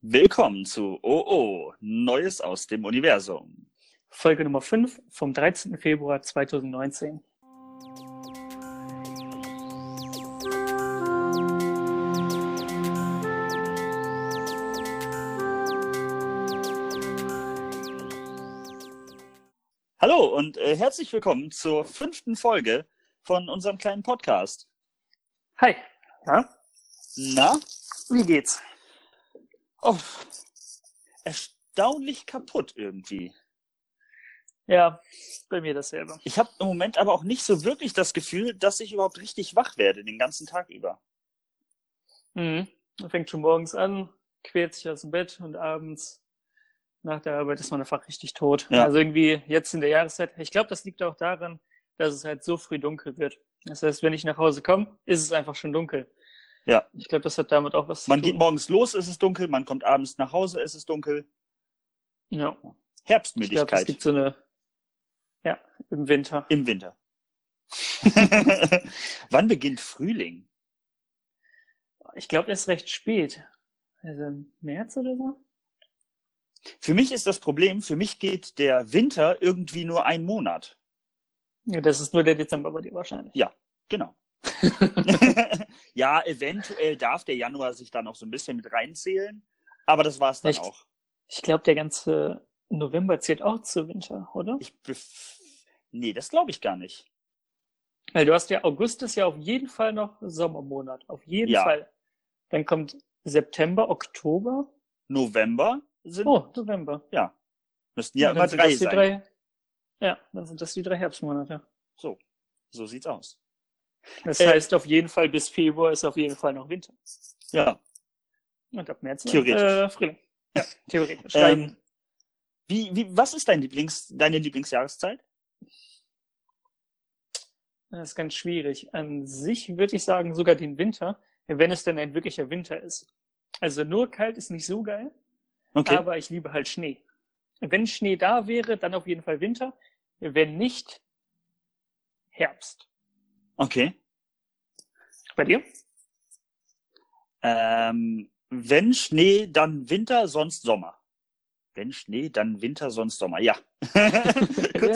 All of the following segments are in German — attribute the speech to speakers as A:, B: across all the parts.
A: Willkommen zu OO, Neues aus dem Universum.
B: Folge Nummer 5 vom 13. Februar 2019.
A: Hallo und äh, herzlich willkommen zur fünften Folge von unserem kleinen Podcast.
B: Hi, ja,
A: Na?
B: wie geht's?
A: Oh, erstaunlich kaputt irgendwie.
B: Ja, bei mir dasselbe.
A: Ich habe im Moment aber auch nicht so wirklich das Gefühl, dass ich überhaupt richtig wach werde den ganzen Tag über.
B: Mhm. Man fängt schon morgens an, quält sich aus dem Bett und abends nach der Arbeit ist man einfach richtig tot.
A: Ja.
B: Also irgendwie jetzt in der Jahreszeit. Ich glaube, das liegt auch daran, dass es halt so früh dunkel wird. Das heißt, wenn ich nach Hause komme, ist es einfach schon dunkel.
A: Ja.
B: Ich glaube, das hat damit auch was
A: Man
B: zu
A: geht
B: tun.
A: morgens los, es ist dunkel, man kommt abends nach Hause, es ist dunkel.
B: Ja. Ich glaube, es
A: Herbstmüdigkeit
B: gibt so eine, ja, im Winter.
A: im Winter. Wann beginnt Frühling?
B: Ich glaube, erst recht spät. Also im März oder so?
A: Für mich ist das Problem, für mich geht der Winter irgendwie nur einen Monat.
B: Ja, das ist nur der Dezember bei dir wahrscheinlich.
A: Genau. ja, eventuell darf der Januar sich da noch so ein bisschen mit reinzählen, aber das war's dann
B: Echt?
A: auch.
B: Ich glaube, der ganze November zählt auch zu Winter, oder?
A: Ich bef nee, das glaube ich gar nicht.
B: Weil du hast ja August ist ja auf jeden Fall noch Sommermonat. Auf jeden
A: Ja.
B: Fall. Dann kommt September, Oktober.
A: November sind
B: Oh, November.
A: müssten ja
B: Und
A: immer
B: dann sind
A: drei
B: das die
A: sein.
B: drei. Ja, dann sind das die drei Herbstmonate.
A: So, so sieht's aus.
B: Das
A: Äh.
B: heißt, auf jeden Fall bis Februar ist auf jeden Fall noch Winter.
A: Ja,
B: Und ab März
A: Theoretisch.
B: Äh, Frühling. Ja, theoretisch.
A: ähm, wie, wie, was ist dein Lieblings, deine Lieblingsjahreszeit?
B: Das ist ganz schwierig. An sich würde ich sagen, sogar den Winter, wenn es denn ein wirklicher Winter ist. Also nur kalt ist nicht so geil,
A: Okay,
B: aber ich liebe halt Schnee. Wenn Schnee da wäre, dann auf jeden Fall Winter. Wenn nicht, Herbst.
A: okay.
B: Bei dir?
A: Ähm, wenn Schnee, dann Winter, sonst Sommer. Wenn Schnee, dann Winter, sonst Sommer. Ja. Kurz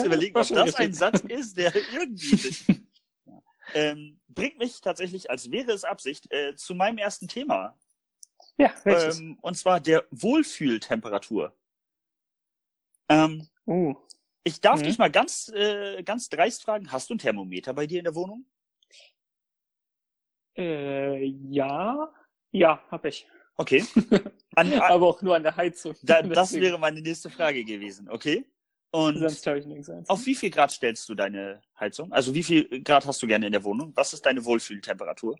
B: Ja,
A: überlegen,
B: war
A: ob
B: schon
A: das
B: richtig.
A: ein Satz ist, der irgendwie ähm, bringt mich tatsächlich, als wäre es Absicht, äh, zu meinem ersten Thema.
B: Ja, welches?
A: Ähm, und zwar der Wohlfühltemperatur. Ähm,
B: uh,
A: ich darf
B: Mhm.
A: dich mal ganz, äh, ganz dreist fragen, hast du ein Thermometer bei dir in der Wohnung?
B: äh, ja, ja, habe ich.
A: Okay. An, an,
B: Aber auch nur an der Heizung.
A: Ah. da, das
B: Deswegen.
A: wäre meine nächste Frage gewesen, okay? Und
B: Sonst habe ich nichts eins.
A: Auf wie viel Grad stellst du deine Heizung? Also wie viel Grad hast du gerne in der Wohnung? Was ist deine Wohlfühltemperatur?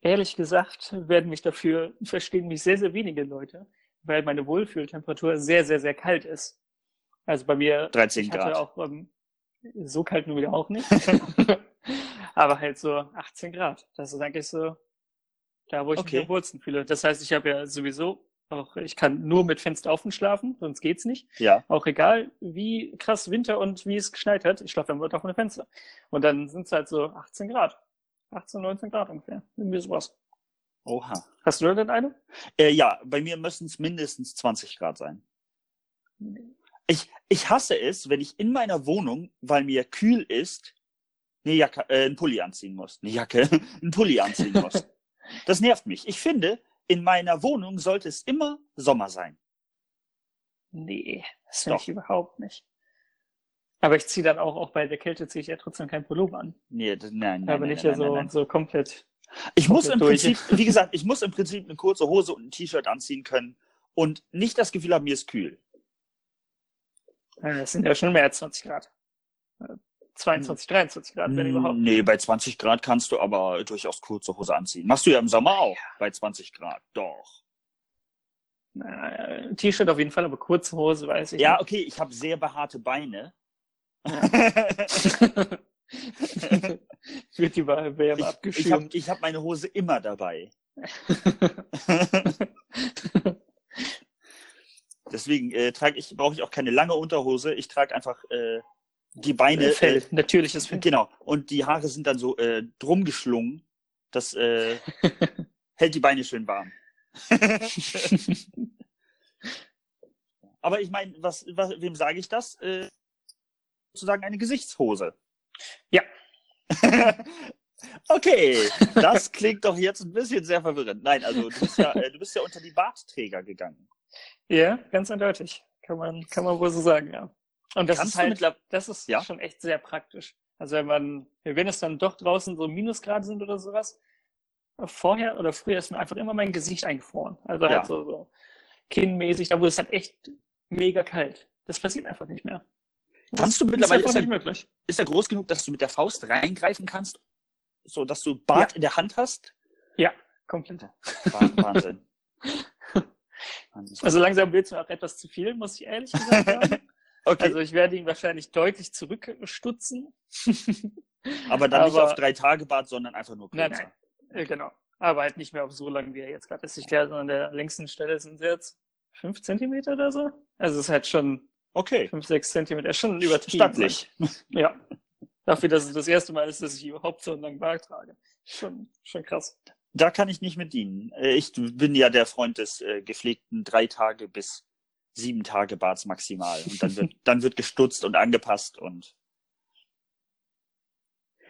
B: Ehrlich gesagt werden mich dafür, verstehen mich sehr, sehr wenige Leute, weil meine Wohlfühltemperatur sehr, sehr, sehr kalt ist. Also bei mir,
A: 13
B: ich hatte
A: Grad.
B: auch ähm, so kalt nun wieder auch nicht. Aber halt so 18 Grad. Das ist eigentlich so da, wo ich
A: Okay.
B: mich am wohlsten fühle. Das heißt, ich habe ja sowieso auch, ich kann nur mit Fenster offen schlafen, sonst geht's nicht.
A: Ja.
B: Auch egal, wie krass Winter und wie es geschneit hat, ich schlafe immer mit offenen Fenster. Und dann sind es halt so 18 Grad. 18, 19 Grad ungefähr. Irgendwie sowas.
A: Oha.
B: Hast du denn eine?
A: Äh, ja, bei mir müssen es mindestens 20 Grad sein. Ich, ich hasse es, wenn ich in meiner Wohnung, weil mir kühl ist, eine Jacke, äh, einen Pulli anziehen muss. Eine Jacke, einen Pulli anziehen muss. Das nervt mich. Ich finde, in meiner Wohnung sollte es immer Sommer sein.
B: Nee, das finde
A: Doch.
B: ich überhaupt nicht. Aber ich ziehe dann auch, auch bei der Kälte ziehe ich ja trotzdem kein Pullover an.
A: Nee, das- nein, nein,
B: Da bin
A: nein,
B: ich
A: nein,
B: ja
A: nein,
B: so,
A: nein.
B: so komplett.
A: Ich muss im
B: durch.
A: Prinzip, wie gesagt, ich muss im Prinzip eine kurze Hose und ein T-Shirt anziehen können und nicht das Gefühl haben, mir ist kühl.
B: äh, Das sind ja schon mehr als 20 Grad. Äh, 22, 23 Grad, wenn überhaupt.
A: Nee, bei 20 Grad kannst du aber durchaus kurze Hose anziehen. Machst du ja im Sommer auch bei 20 Grad, doch.
B: Äh, T-Shirt auf jeden Fall, aber kurze Hose weiß ich
A: Ja,
B: nicht.
A: okay, ich habe sehr behaarte Beine.
B: Wird die Wärme
A: ich ich habe
B: abgeschirmt.
A: ich hab meine Hose immer dabei. Deswegen äh, trage ich, brauche ich auch keine lange Unterhose. Ich trage einfach äh, die Beine.
B: Fell,
A: Äh,
B: natürliches Fell.
A: Genau. Und die Haare sind dann so äh, drum geschlungen. Das äh, hält die Beine schön warm. Aber ich meine, was, was, wem sage ich das? Äh, sozusagen eine Gesichtshose.
B: Ja.
A: okay, das klingt doch jetzt ein bisschen sehr verwirrend. Nein, also du bist ja, äh, du bist ja unter die Bartträger gegangen.
B: Ja, ganz eindeutig. Kann man, kann man wohl so sagen, ja. Und das
A: Kannst
B: ist
A: du mittler-
B: halt, das ist
A: Ja?
B: schon echt sehr praktisch. Also wenn man, wenn es dann doch draußen so Minusgrade sind oder sowas, vorher oder früher ist mir einfach immer mein Gesicht eingefroren. Also
A: Ja.
B: halt so, so kinnmäßig, da wurde es halt echt mega kalt. Das passiert einfach nicht mehr.
A: Kannst du
B: Das
A: mittlerweile,
B: ist
A: ist
B: einfach nicht
A: er,
B: möglich.
A: ist er groß genug, dass du mit der Faust reingreifen kannst? So, dass du Bart in der Hand hast?
B: Komplett.
A: Wah- Wahnsinn. Wahnsinn.
B: Also langsam wird es mir auch etwas zu viel, muss ich ehrlich gesagt sagen.
A: Okay,
B: Also ich werde ihn wahrscheinlich deutlich zurückstutzen.
A: aber dann nicht
B: aber-
A: auf drei Tage Bart, sondern einfach nur
B: Nein,
A: kürzer.
B: nein. Äh, genau. Aber halt nicht mehr auf so lang, wie er jetzt gerade ist. Ich glaube, so an der längsten Stelle sind es jetzt fünf Zentimeter oder so. Also es ist halt schon
A: Okay, ne?
B: fünf, sechs Zentimeter. Ist schon übertrieben.
A: stattlich.
B: Ja. Dafür, dass es das erste Mal ist, dass ich überhaupt so einen langen Bart trage. Schon, schon krass.
A: Da kann ich nicht mit dienen. Äh, Ich bin ja der Freund des äh, gepflegten drei Tage bis sieben Tage Barts maximal. Und dann wird, dann wird gestutzt und angepasst und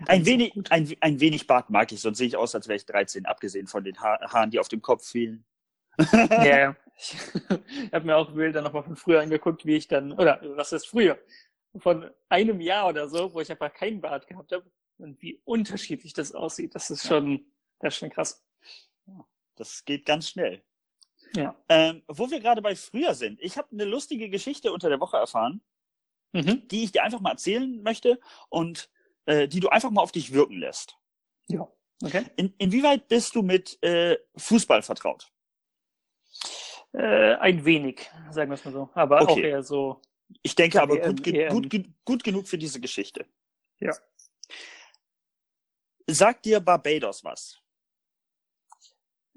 A: ein wenig, ein, ein wenig Bart mag ich, sonst sehe ich aus, als wäre ich 13, abgesehen von den ha Haaren, die auf dem Kopf fehlen.
B: Ja, ja. Ich habe mir auch Bilder nochmal von früher angeguckt, wie ich dann, oder was ist früher? Von einem Jahr oder so, wo ich einfach keinen Bart gehabt habe und wie unterschiedlich das aussieht. Das ist schon, das ist schon krass.
A: Das geht ganz schnell.
B: Ja.
A: Ähm, wo wir gerade bei früher sind, ich habe eine lustige Geschichte unter der Woche erfahren,
B: Mhm.
A: die ich dir einfach mal erzählen möchte und äh, die du einfach mal auf dich wirken lässt.
B: Okay.
A: In, inwieweit bist du mit äh, Fußball vertraut?
B: Äh, ein wenig, sagen wir es mal so. Aber auch
A: Okay.
B: eher so.
A: Ich denke aber gut,
B: WM.
A: ge gut, ge gut genug für diese Geschichte.
B: Ja.
A: Sagt dir Barbados was?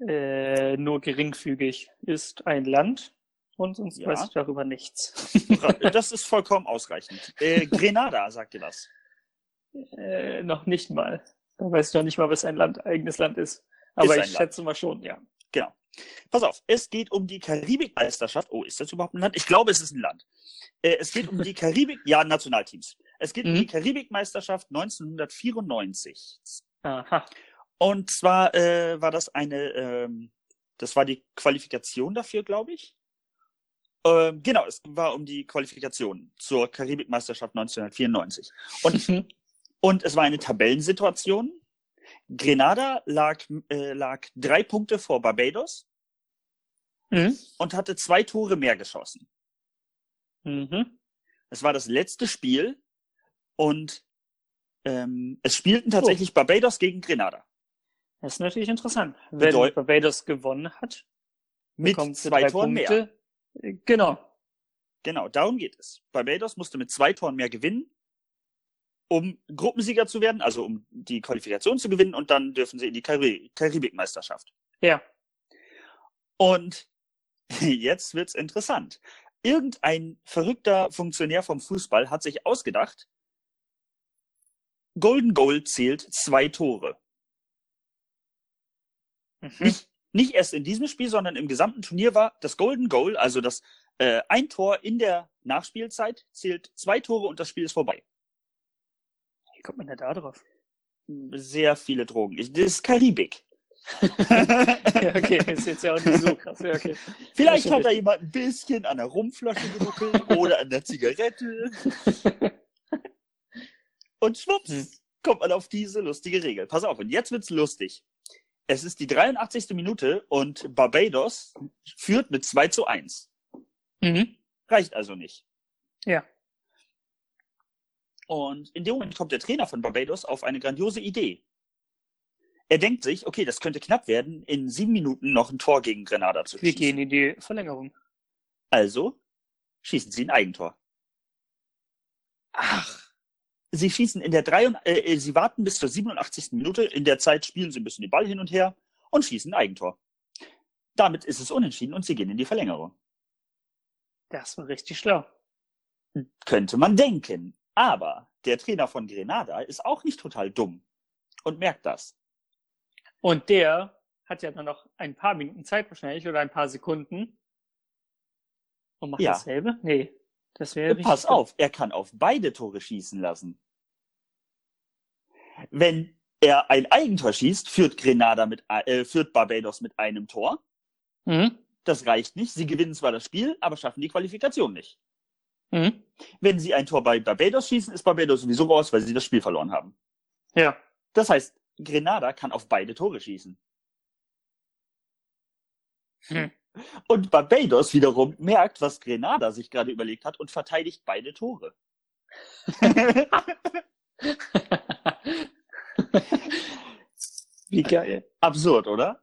B: Äh, nur geringfügig ist ein Land und sonst
A: Ja.
B: weiß ich darüber nichts.
A: Das ist vollkommen ausreichend. Äh, Grenada, sagt dir was?
B: Äh, noch nicht mal. Da weiß ich noch nicht mal, was ein Land, eigenes Land ist. Aber
A: ein
B: ich
A: Land.
B: schätze mal schon, ja.
A: Pass auf, es geht um die Karibikmeisterschaft. Oh, ist das überhaupt ein Land? Ich glaube, es ist ein Land. Äh, es geht um die Karibik, ja, Nationalteams. Es geht um
B: Mhm.
A: die Karibikmeisterschaft 1994.
B: Aha.
A: Und zwar äh, war das eine, ähm, das war die Qualifikation dafür, glaube ich. Ähm, genau, es war um die Qualifikation zur Karibikmeisterschaft 1994.
B: Mhm.
A: Und es war eine Tabellensituation. Grenada lag, äh, lag drei Punkte vor Barbados
B: Mhm.
A: und hatte zwei Tore mehr geschossen.
B: Mhm.
A: Es war das letzte Spiel und ähm, es spielten tatsächlich Barbados gegen Grenada.
B: Das ist natürlich interessant. Wenn
A: Bedeu-
B: Barbados gewonnen hat,
A: Mit
B: kommt
A: zwei Toren mehr.
B: Mehr. Genau.
A: Genau, darum geht es. Barbados musste mit zwei Toren mehr gewinnen, um Gruppensieger zu werden, also um die Qualifikation zu gewinnen und dann dürfen sie in die Kari Karibikmeisterschaft.
B: Ja.
A: Und jetzt wird's interessant. Irgendein verrückter Funktionär vom Fußball hat sich ausgedacht, Golden Goal zählt zwei Tore. Hm?
B: Mhm.
A: Nicht erst in diesem Spiel, sondern im gesamten Turnier war das Golden Goal, also das äh, ein Tor in der Nachspielzeit zählt zwei Tore und das Spiel ist vorbei.
B: Wie kommt man denn da drauf?
A: Sehr viele Drogen. Ich, das ist Karibik.
B: Ja, okay, ist jetzt ja auch nicht so krass. Ja, okay.
A: Vielleicht hat da
B: Natürlich.
A: jemand ein bisschen an der Rumflasche geruckelt oder an der Zigarette. Und schwupps,
B: Hm.
A: kommt man auf diese lustige Regel. Pass auf, und jetzt wird's lustig. Es ist die 83. Minute und Barbados führt mit 2 zu 1.
B: Mhm.
A: Reicht also nicht.
B: Ja.
A: Und in dem Moment kommt der Trainer von Barbados auf eine grandiose Idee. Er denkt sich, okay, das könnte knapp werden, in sieben Minuten noch ein Tor gegen Grenada zu
B: Wir
A: schießen.
B: gehen in die Verlängerung.
A: Also schießen sie ein Eigentor.
B: Ach.
A: Sie schießen in der drei und, äh, äh, sie warten bis zur 87. Minute. In der Zeit spielen sie ein bisschen den Ball hin und her und schießen ein Eigentor. Damit ist es unentschieden und sie gehen in die Verlängerung.
B: Das war richtig schlau.
A: Könnte man denken. Aber der Trainer von Grenada ist auch nicht total dumm und merkt das.
B: Und der hat ja dann noch ein paar Minuten Zeit wahrscheinlich oder ein paar Sekunden. Und macht
A: Ja.
B: dasselbe? Nee. Das wäre richtig
A: Pass
B: dumm.
A: auf, er kann auf beide Tore schießen lassen. Wenn er ein Eigentor schießt, führt Grenada mit, ei- äh, führt Barbados mit einem Tor.
B: Mhm.
A: Das reicht nicht. Sie gewinnen zwar das Spiel, aber schaffen die Qualifikation nicht.
B: Mhm.
A: Wenn sie ein Tor bei Barbados schießen, ist Barbados sowieso raus, weil sie das Spiel verloren haben.
B: Ja.
A: Das heißt, Grenada kann auf beide Tore schießen.
B: Hm.
A: Und Barbados wiederum merkt, was Grenada sich gerade überlegt hat und verteidigt beide Tore.
B: Wie geil.
A: Absurd, oder?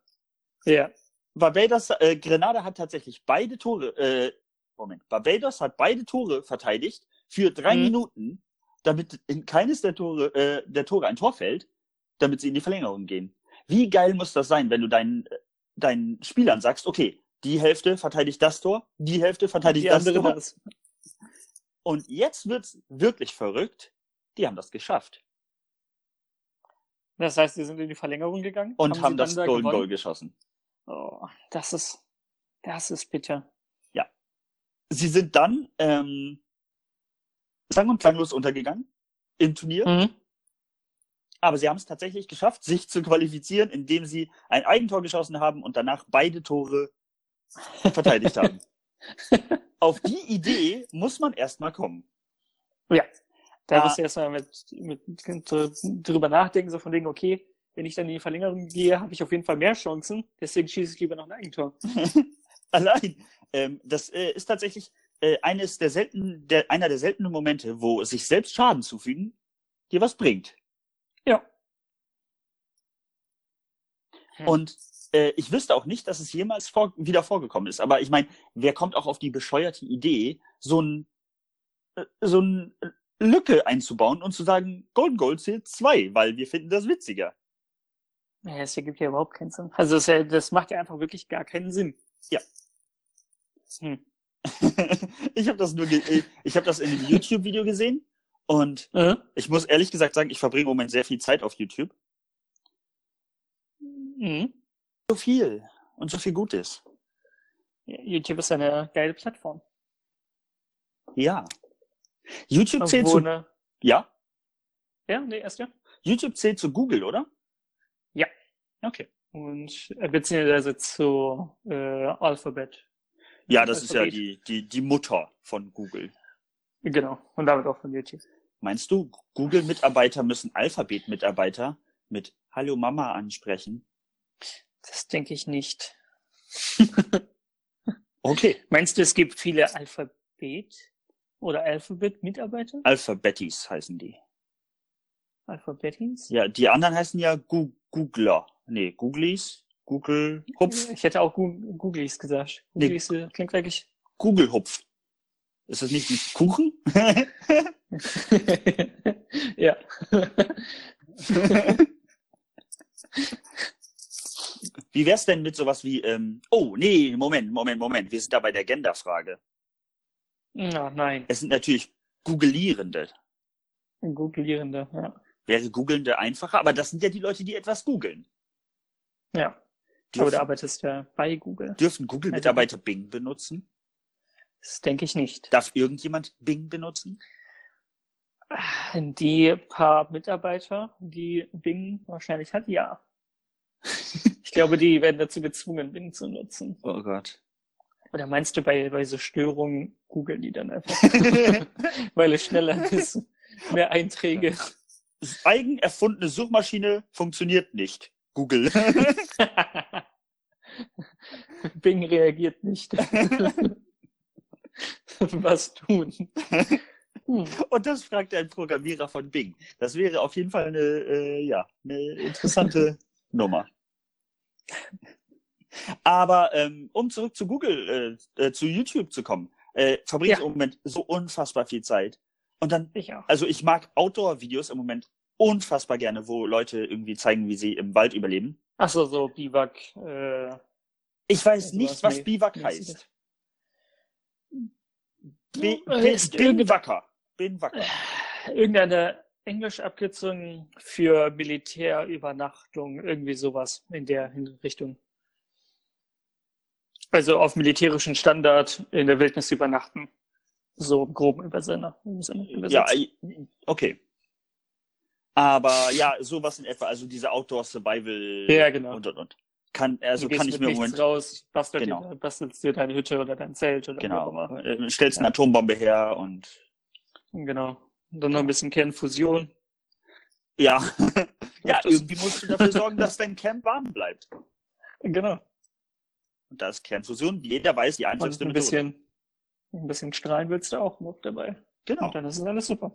B: Ja.
A: Barbados, äh, Grenada hat tatsächlich beide Tore, äh, Moment, Barbados hat beide Tore verteidigt für drei
B: Mhm.
A: Minuten, damit in keines der Tore, äh, der Tore ein Tor fällt, damit sie in die Verlängerung gehen. Wie geil muss das sein, wenn du deinen, äh, deinen Spielern sagst, okay, die Hälfte verteidigt das Tor, die Hälfte verteidigt
B: Die
A: das
B: andere
A: Tor.
B: das.
A: Und jetzt wird's wirklich verrückt. Die haben das geschafft
B: Das heißt, die sind in die Verlängerung gegangen
A: und
B: sie
A: haben,
B: dann
A: das
B: da
A: Golden
B: gewonnen?
A: Goal geschossen.
B: Oh, das ist, das ist bitter.
A: Sie sind dann ähm, sang- und klanglos untergegangen im Turnier.
B: Mhm.
A: Aber sie haben es tatsächlich geschafft, sich zu qualifizieren, indem sie ein Eigentor geschossen haben und danach beide Tore verteidigt haben. Auf die Idee muss man erstmal kommen.
B: Da
A: Ah.
B: musst du erstmal mit, mit dr- drüber nachdenken, so von wegen, okay, wenn ich dann in die Verlängerung gehe, habe ich auf jeden Fall mehr Chancen, deswegen schieße ich lieber noch ein Eigentor.
A: Allein, ähm, das äh, ist tatsächlich äh, eines der seltenen, der, einer der seltenen Momente, wo sich selbst Schaden zufügen dir was bringt.
B: Ja. Hm.
A: Und äh, ich wüsste auch nicht, dass es jemals vor, wieder vorgekommen ist. Aber ich meine, wer kommt auch auf die bescheuerte Idee, so ein äh, so ein Lücke einzubauen und zu sagen, Golden Goal zählt zwei, weil wir finden das witziger.
B: Ja, das ergibt ja überhaupt keinen Sinn. Also das, ist ja- das macht ja einfach wirklich gar keinen Sinn.
A: Ja.
B: Hm.
A: ich habe das nur, ge äh, ich habe das in einem YouTube-Video gesehen und
B: Äh?
A: ich muss ehrlich gesagt sagen, ich verbringe im Moment sehr viel Zeit auf YouTube.
B: Mhm.
A: so viel und so viel Gutes.
B: Ja, YouTube ist eine geile Plattform.
A: Ja. YouTube zählt
B: Wo
A: zu,
B: eine,
A: ja?
B: ne? ja, nee, erst ja.
A: YouTube zählt zu Google, oder?
B: Ja.
A: Okay.
B: Und äh, beziehungsweise zu äh, Alphabet.
A: Ja, das ist ja
B: Alphabet.
A: die, die, die Mutter von Google.
B: Genau. Und damit auch von YouTube.
A: Meinst du, Google-Mitarbeiter müssen Alphabet-Mitarbeiter mit Hallo Mama ansprechen?
B: Das denke ich nicht.
A: Okay.
B: Meinst du, es gibt viele Alphabet oder Alphabet-Mitarbeiter?
A: Alphabettis heißen die.
B: Alphabetins?
A: Ja, die anderen heißen ja Gu Googler. Nee, Googlies, Google, Hupf,
B: Ich hätte auch Gu- Googlies gesagt.
A: Nee.
B: Googlies äh, klingt wirklich.
A: Google Hupf. Ist das nicht ein Kuchen?
B: ja.
A: Wie wär's denn mit sowas wie, ähm, oh, nee, Moment, Moment, Moment, wir sind da bei der Genderfrage.
B: Na, nein.
A: Es sind natürlich Googlierende.
B: Googlierende, ja.
A: Wäre Googlende einfacher, aber das sind ja die Leute, die etwas googeln.
B: Ja. Aber du
A: Dürfen,
B: arbeitest ja bei Google.
A: dürfen Google-Mitarbeiter Bing benutzen?
B: Das denke ich nicht.
A: Darf irgendjemand Bing benutzen?
B: Die paar Mitarbeiter, die Bing wahrscheinlich hat, ja. Ich glaube, die werden dazu gezwungen, Bing zu nutzen.
A: Oh Gott.
B: Oder meinst du, bei, bei so Störungen googeln die dann einfach, weil es schneller ist, mehr Einträge?
A: Eigen erfundene Suchmaschine funktioniert nicht. Google.
B: Bing reagiert nicht. Was tun? Hm.
A: Und das fragt ein Programmierer von Bing. Das wäre auf jeden Fall eine, äh, ja, eine interessante Nummer. Aber ähm, um zurück zu Google, äh, äh, zu YouTube zu kommen, äh, verbringe ich
B: Ja.
A: im Moment so unfassbar viel Zeit. Und dann,
B: Ich auch.
A: also ich mag Outdoor-Videos im Moment unfassbar gerne, wo Leute irgendwie zeigen, wie sie im Wald überleben.
B: Ach so, so Biwak. Äh,
A: Ich weiß
B: Also
A: nicht,
B: was
A: was
B: nee,
A: Biwak
B: wie
A: heißt.
B: das?
A: Bin,
B: Äh,
A: bin,
B: ist
A: bin
B: irgend- Äh,
A: Wacker. Bin Wacker.
B: irgendeine Englisch-Abkürzung für Militärübernachtung, irgendwie sowas in der Hin- Richtung. Also auf militärischen Standard in der Wildnis übernachten. So im groben Übersinne.
A: Ja, i- okay. Aber ja, sowas in etwa, also diese Outdoor Survival
B: ja, genau.
A: äh, und und und. Kann, also
B: Du gehst
A: kann ich
B: mit
A: mir im
B: nichts
A: Moment.
B: raus, bastelst,
A: Genau.
B: dir, bastelst dir deine Hütte oder dein Zelt oder
A: Genau,
B: wie auch
A: aber
B: immer.
A: äh, stellst eine
B: Ja.
A: Atombombe her und
B: Genau. Und dann noch ein bisschen Kernfusion.
A: ja. ja,
B: Das-
A: irgendwie musst du dafür sorgen, dass dein Camp warm bleibt.
B: Genau.
A: Und da ist Kernfusion, jeder weiß die
B: Und
A: einfachste
B: ein
A: Methode.
B: bisschen, ein bisschen strahlen willst du auch noch dabei.
A: Genau.
B: Und dann ist es alles super.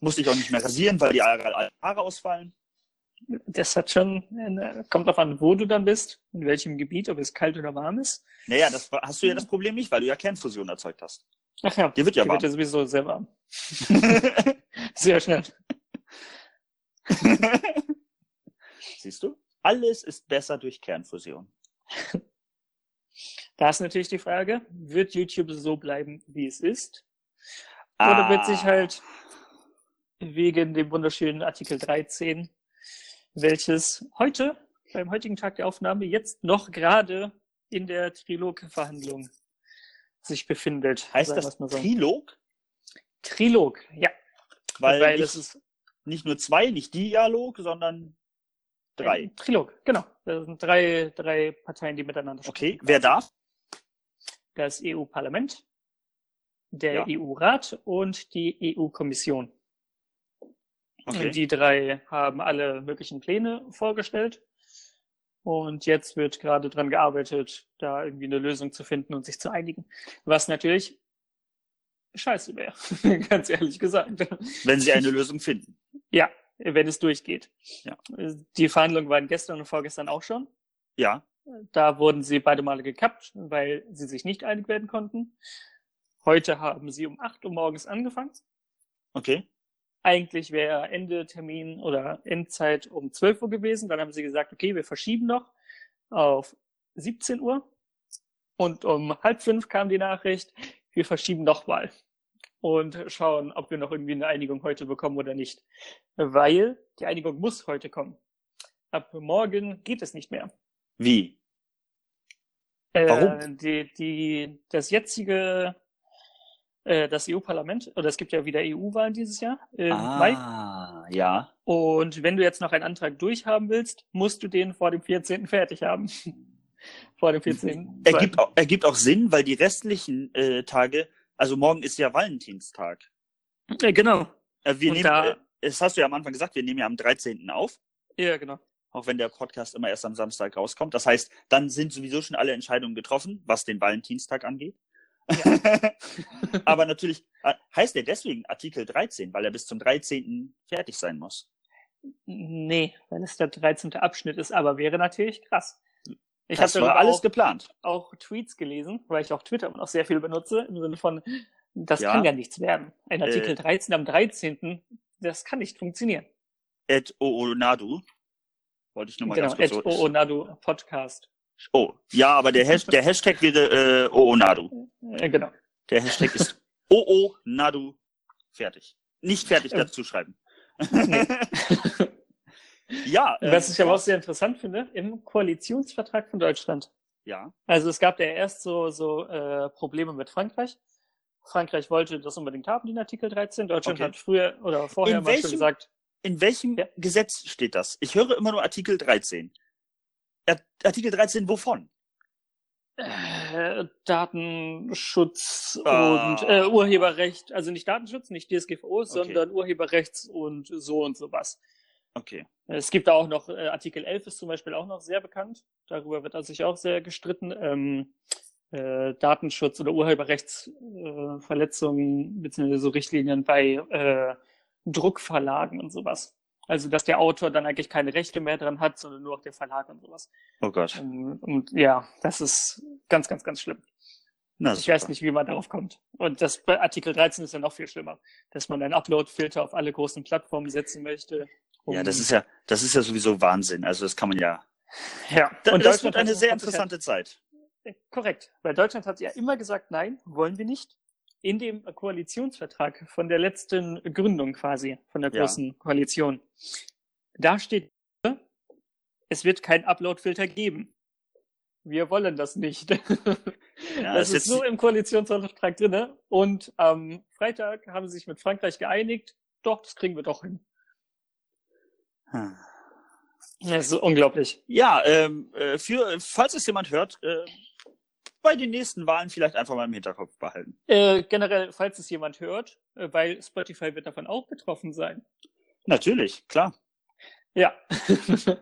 A: Musste ich auch nicht mehr rasieren, weil die Haare Haare ausfallen.
B: Das hat schon, eine- kommt darauf an, wo du dann bist, in welchem Gebiet, ob es kalt oder warm ist.
A: Naja, das war- hast du ja das Problem nicht, weil du ja Kernfusion erzeugt hast.
B: Ach ja,
A: Dir wird ja
B: die wird ja
A: warm.
B: sowieso sehr warm. Sehr schnell.
A: Siehst du? Alles ist besser durch Kernfusion.
B: Da ist natürlich die Frage, wird YouTube so bleiben, wie es ist?
A: Ah.
B: Oder wird sich halt wegen dem wunderschönen Artikel 13, welches heute, beim heutigen Tag der Aufnahme, jetzt noch gerade in der Trilog-Verhandlung sich befindet.
A: Heißt
B: sagen
A: das
B: wir's mal so.
A: Trilog?
B: Trilog? Ja,
A: Weil,
B: weil
A: nicht,
B: es ist
A: nicht nur zwei, nicht Dialog, sondern drei.
B: Ein Trilog, genau. Das sind drei, drei Parteien, die miteinander
A: Okay,
B: sprechen.
A: wer darf?
B: Das EU-Parlament, der
A: Ja.
B: EU-Rat und die EU-Kommission.
A: Okay.
B: Und die drei haben alle möglichen Pläne vorgestellt. Und jetzt wird gerade dran gearbeitet, da irgendwie eine Lösung zu finden und sich zu einigen. Was natürlich scheiße wäre, ganz ehrlich gesagt.
A: Wenn sie eine Lösung finden.
B: Wenn es durchgeht.
A: Ja.
B: Die Verhandlungen waren gestern und vorgestern auch schon.
A: Ja,
B: Da wurden sie beide Male gekappt, weil sie sich nicht einig werden konnten. Heute haben sie um 8 Uhr morgens angefangen.
A: okay.
B: Eigentlich wäre Ende Termin oder Endzeit um 12 Uhr gewesen. Dann haben sie gesagt, okay, wir verschieben noch auf 17 Uhr. Und um halb fünf kam die Nachricht, wir verschieben nochmal und schauen, ob wir noch irgendwie eine Einigung heute bekommen oder nicht. Weil die Einigung muss heute kommen. Ab morgen geht es nicht mehr.
A: Wie?
B: Äh,
A: Warum?
B: die, die, das jetzige, äh, das EU-Parlament, oder es gibt ja wieder EU-Wahlen dieses Jahr im Mai.
A: Ah, ja.
B: Und wenn du jetzt noch einen Antrag durchhaben willst, musst du den vor dem 14. fertig haben. vor dem 14.
A: Ergibt auch, ergibt auch Sinn, weil die restlichen äh, Tage, also morgen ist ja Valentinstag.
B: Äh, genau.
A: Äh, wir
B: Und
A: nehmen,
B: da-
A: äh, das hast du ja am Anfang gesagt, wir nehmen ja am 13. auf,
B: Ja, genau.
A: auch wenn der Podcast immer erst am Samstag rauskommt. Das heißt, dann sind sowieso schon alle Entscheidungen getroffen, was den Valentinstag angeht. Aber natürlich äh, heißt der deswegen Artikel 13, weil er bis zum 13. fertig sein muss.
B: Nee, weil es der 13. Abschnitt ist, aber wäre natürlich krass. Ich habe
A: das war
B: darüber
A: alles
B: auch,
A: geplant.
B: auch Tweets gelesen, weil ich auch Twitter noch sehr viel benutze, im Sinne von, das
A: Ja.
B: kann ja nichts werden. Ein
A: Äh.
B: Artikel 13 am 13., das kann nicht funktionieren.
A: Et Oonadu. Wollte ich nur mal
B: Genau,
A: ganz
B: at
A: kurz so.
B: Oonado Podcast.
A: Oh, ja, aber der, Has der Hashtag wird äh, Oonadu.
B: Äh, genau.
A: Der Hashtag ist Oonadu. Fertig. Nicht fertig
B: Ähm,
A: dazu schreiben.
B: Nee.
A: Ja. ähm,
B: Was ich aber auch sehr interessant finde, im Koalitionsvertrag von Deutschland.
A: Ja,
B: Also es gab ja erst so, so äh, Probleme mit Frankreich. Frankreich wollte das unbedingt haben, den Artikel 13. Deutschland
A: Okay.
B: hat früher oder vorher
A: In
B: mal schon
A: welchem-
B: gesagt,
A: In welchem
B: Ja.
A: Gesetz steht das? Ich höre immer nur Artikel 13. Art- Artikel 13 wovon?
B: äh, Datenschutz
A: Ah.
B: und äh, Urheberrecht, also nicht Datenschutz, nicht DSGVO, sondern Urheberrechts und so und sowas.
A: Okay.
B: Es gibt da auch noch, äh, Artikel 11 ist zum Beispiel auch noch sehr bekannt. Darüber wird also sich auch sehr gestritten. Ähm, äh, Datenschutz oder Urheberrechtsverletzungen äh, Verletzungen beziehungsweise so Richtlinien bei äh, Druckverlagen und sowas. Also, dass der Autor dann eigentlich keine Rechte mehr dran hat, sondern nur auch der Verlag und sowas.
A: Oh Gott.
B: Ähm, und ja, das ist ganz, ganz, ganz schlimm.
A: Na,
B: Ich weiß
A: super.
B: nicht, wie man darauf kommt. Und das bei Artikel 13 ist ja noch viel schlimmer, dass man einen Upload-Filter auf alle großen Plattformen setzen möchte. um-
A: Ja, das ist ja, das ist ja sowieso Wahnsinn. Also das kann man ja.
B: ja.
A: Da, und das wird
B: Deutschland
A: eine
B: hat-
A: sehr
B: hat sich ja-
A: interessante Zeit.
B: Korrekt, weil Deutschland hat ja immer gesagt, nein, wollen wir nicht. in dem Koalitionsvertrag von der letzten Gründung quasi, von der
A: Ja.
B: großen Koalition, da steht, es wird keinen Upload-Filter geben. Wir wollen das nicht. das
A: das
B: ist
A: ist-
B: so im Koalitionsvertrag drinne. Und am Freitag haben sie sich mit Frankreich geeinigt. Doch, das kriegen wir doch hin.
A: Hm.
B: Das ist unglaublich.
A: Ja, ähm, äh, für, falls es jemand hört, äh, bei den nächsten Wahlen vielleicht einfach mal im Hinterkopf behalten.
B: Äh, generell, falls es jemand hört, äh, weil Spotify wird davon auch betroffen sein.
A: Natürlich, klar.
B: Ja.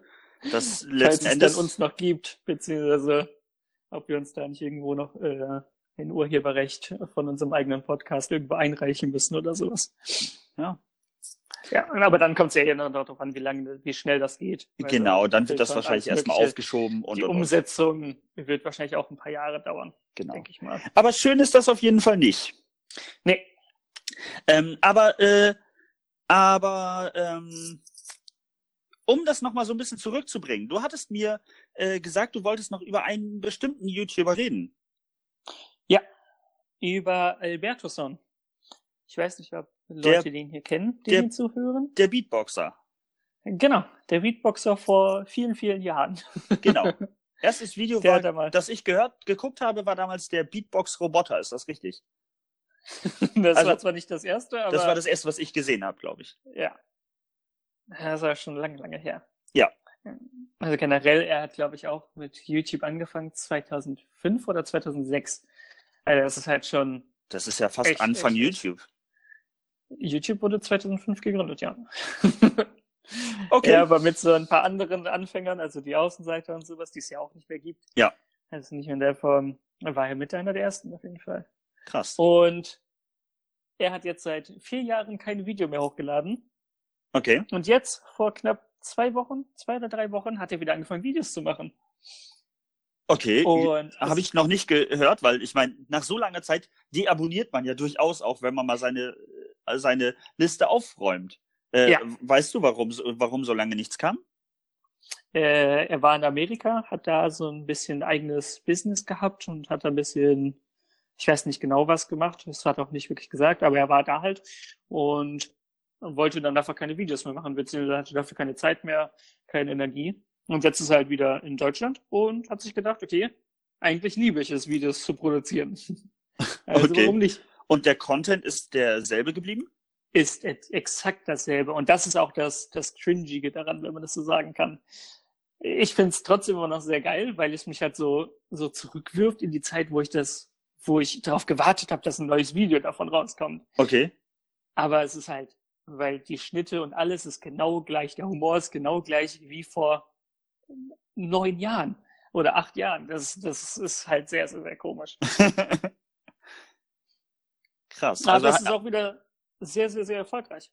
A: Das
B: falls
A: letzten
B: es
A: Endes.
B: dann uns noch gibt, beziehungsweise ob wir uns da nicht irgendwo noch äh, ein Urheberrecht von unserem eigenen Podcast irgendwo einreichen müssen oder sowas.
A: Ja.
B: Ja, aber dann kommt es ja hier noch darauf an, wie lange, wie schnell das geht. Weil,
A: genau,
B: äh,
A: dann wird das
B: alles
A: wahrscheinlich erstmal
B: Mögliche.
A: aufgeschoben und,
B: Die
A: und, und.
B: Umsetzung wird wahrscheinlich auch ein paar Jahre dauern,
A: Genau.
B: denke ich mal.
A: Aber schön ist das auf jeden Fall nicht.
B: Nee.
A: Ähm, aber, äh, aber, ähm, um das nochmal so ein bisschen zurückzubringen, du hattest mir äh, gesagt, du wolltest noch über einen bestimmten YouTuber reden.
B: Über Albertusson. Ich weiß nicht, ob
A: Der-
B: Leute den hier kennen, die
A: der-
B: den zuhören.
A: Der Beatboxer.
B: Genau, der Beatboxer vor vielen, vielen Jahren.
A: Genau. Erstes Video,
B: Der
A: war,
B: hat damals.
A: das ich gehört, geguckt habe, war damals der Beatbox-Roboter, ist das richtig?
B: Das
A: Also-
B: war zwar nicht das erste, aber
A: das war das erste, was ich gesehen habe, glaube ich.
B: ja. Das war schon lange, lange her.
A: Ja.
B: Also generell, er hat, glaube ich, auch mit YouTube angefangen, 2005 oder 2006. Also das ist halt schon,
A: Das ist ja fast
B: Echt,
A: Anfang
B: echt, echt.
A: YouTube.
B: YouTube wurde 2005 gegründet, ja.
A: Okay.
B: Ja, aber mit so ein paar anderen Anfängern, also die Außenseiter und sowas, die es ja auch nicht mehr gibt.
A: Ja.
B: Also nicht mehr in der Form, war er mit einer der ersten auf jeden Fall.
A: Krass.
B: Und er hat jetzt seit vier Jahren kein Video mehr hochgeladen.
A: Okay.
B: Und jetzt, vor knapp zwei Wochen, zwei oder drei Wochen, hat er wieder angefangen, Videos zu machen.
A: Okay.
B: Und
A: Habe ich noch nicht gehört, weil ich meine, nach so langer Zeit deabonniert man ja durchaus auch, wenn man mal seine, äh, seine Liste aufräumt. Äh,
B: Ja.
A: Weißt du, warum, so- warum so lange nichts kam?
B: äh, er war in Amerika, hat da so ein bisschen eigenes Business gehabt und hat da ein bisschen, ich weiß nicht genau was gemacht, das hat er auch nicht wirklich gesagt, aber er war da halt und wollte dann dafür keine Videos mehr machen, beziehungsweise hatte dafür keine Zeit mehr, keine Energie. Und jetzt ist er halt wieder in Deutschland und hat sich gedacht, okay, eigentlich liebe ich es, Videos zu produzieren. Also
A: Okay.
B: warum nicht?
A: Und der Content ist derselbe geblieben?
B: ist et- exakt dasselbe. Und das ist auch das, das Cringige daran, wenn man das so sagen kann. Ich find's trotzdem immer noch sehr geil, weil es mich halt so, so zurückwirft in die Zeit, wo ich das, wo ich darauf gewartet habe, dass ein neues Video davon rauskommt.
A: Okay.
B: Aber es ist halt, weil die Schnitte und alles ist genau gleich, der Humor ist genau gleich wie vor neun Jahren oder acht Jahren. Das, das ist halt sehr, sehr, sehr komisch.
A: Krass.
B: Aber
A: Also,
B: es ist auch wieder sehr, sehr, sehr erfolgreich.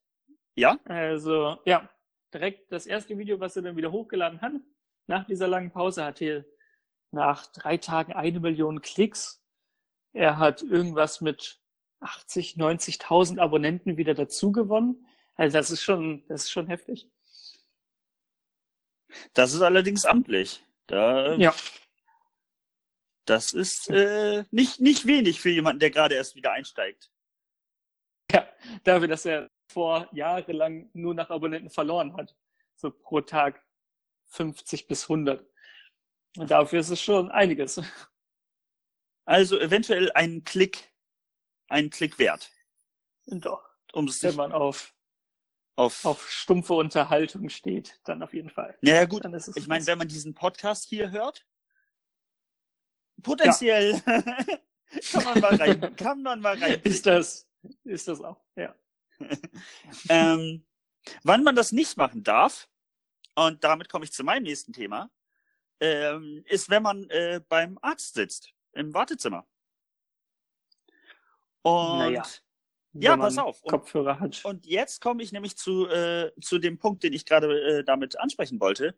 A: Ja?
B: Also, ja, direkt das erste Video, was er dann wieder hochgeladen hat, nach dieser langen Pause hat er nach drei Tagen eine Million Klicks. Er hat irgendwas mit 80, 90.000 Abonnenten wieder dazu gewonnen. Also das ist schon, das ist schon heftig.
A: das ist allerdings amtlich. Da,
B: Ja,
A: Das ist äh, nicht, nicht wenig für jemanden, der gerade erst wieder einsteigt.
B: dafür, dass er vor jahrelang nur nach Abonnenten verloren hat. So pro Tag 50 bis 100. Und dafür ist es schon einiges.
A: Also eventuell einen Klick, einen Klick wert,
B: Doch,
A: um es
B: wenn
A: nicht
B: man auf,
A: auf,
B: Genau. auf stumpfe Unterhaltung steht, dann auf jeden Fall.
A: Naja gut,
B: Dann ist es
A: ich meine, wenn man diesen Podcast hier hört, potenziell kann man mal rein, kann man mal rein.
B: ist das, ist das auch, ja.
A: Ähm, wann man das nicht machen darf, und damit komme ich zu meinem nächsten Thema, ähm, ist, wenn man äh, beim Arzt sitzt, im Wartezimmer. Und
B: Naja.
A: Ja,
B: wenn man
A: pass auf. Und-
B: Kopfhörer hat.
A: Und jetzt komme ich nämlich zu, äh, zu dem Punkt, den ich gerade äh, damit ansprechen wollte.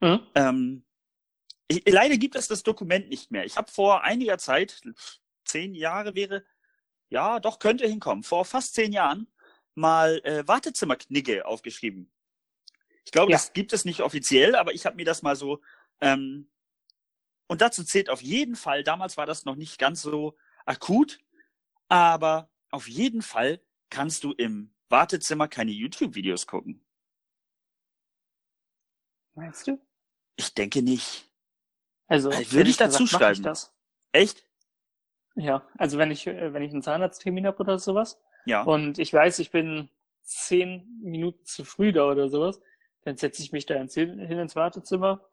B: Hm?
A: Ähm, ich, leider gibt es das Dokument nicht mehr. Ich habe vor einiger Zeit, zehn Jahre wäre, ja, doch könnte hinkommen, vor fast zehn Jahren mal äh, Wartezimmerknigge aufgeschrieben. Ich glaube,
B: Ja.
A: das gibt es nicht offiziell, aber ich habe mir das mal so. Ähm, und dazu zählt auf jeden Fall, damals war das noch nicht ganz so akut, Aber auf jeden Fall kannst du im Wartezimmer keine YouTube-Videos gucken.
B: Meinst du?
A: Ich denke nicht.
B: Also,
A: Äh, Würde ich
B: ehrlich
A: dazu
B: gesagt, mach
A: schreiben.
B: Ich das.
A: Echt?
B: Ja, also wenn ich, äh, wenn ich einen Zahnarzttermin habe oder sowas
A: Ja.
B: und ich weiß, ich bin zehn Minuten zu früh da oder sowas, dann setze ich mich da ins, hin ins Wartezimmer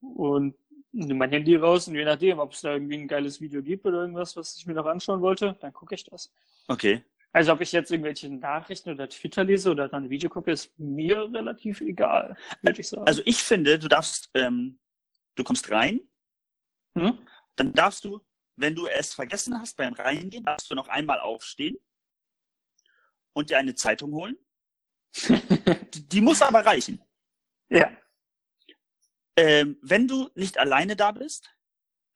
B: und nehme mein Handy raus und je nachdem, ob es da irgendwie ein geiles Video gibt oder irgendwas, was ich mir noch anschauen wollte, dann gucke ich das.
A: Okay.
B: Also ob ich jetzt irgendwelche Nachrichten oder Twitter lese oder dann ein Video gucke, ist mir relativ egal, würde ich sagen.
A: Also ich finde, du darfst, ähm, du kommst rein,
B: hm?
A: dann darfst du, wenn du es vergessen hast beim Reingehen, darfst du noch einmal aufstehen und dir eine Zeitung holen. Die, die muss aber reichen.
B: ja.
A: Ähm, wenn du nicht alleine da bist,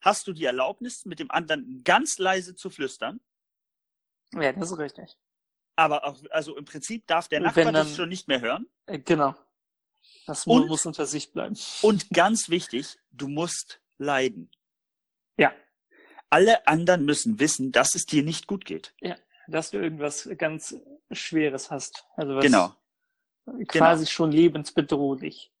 A: hast du die Erlaubnis, mit dem anderen ganz leise zu flüstern.
B: ja, das ist richtig.
A: Aber auch, also im Prinzip darf der
B: Und
A: Nachbar
B: wenn
A: das
B: dann-
A: schon nicht mehr hören.
B: Äh, Genau. Das mu-
A: Und-
B: muss unter sich bleiben.
A: Und ganz wichtig, du musst leiden.
B: Ja.
A: Alle anderen müssen wissen, dass es dir nicht gut geht.
B: dass du irgendwas ganz Schweres hast. Also was
A: Genau.
B: quasi schon lebensbedrohlich.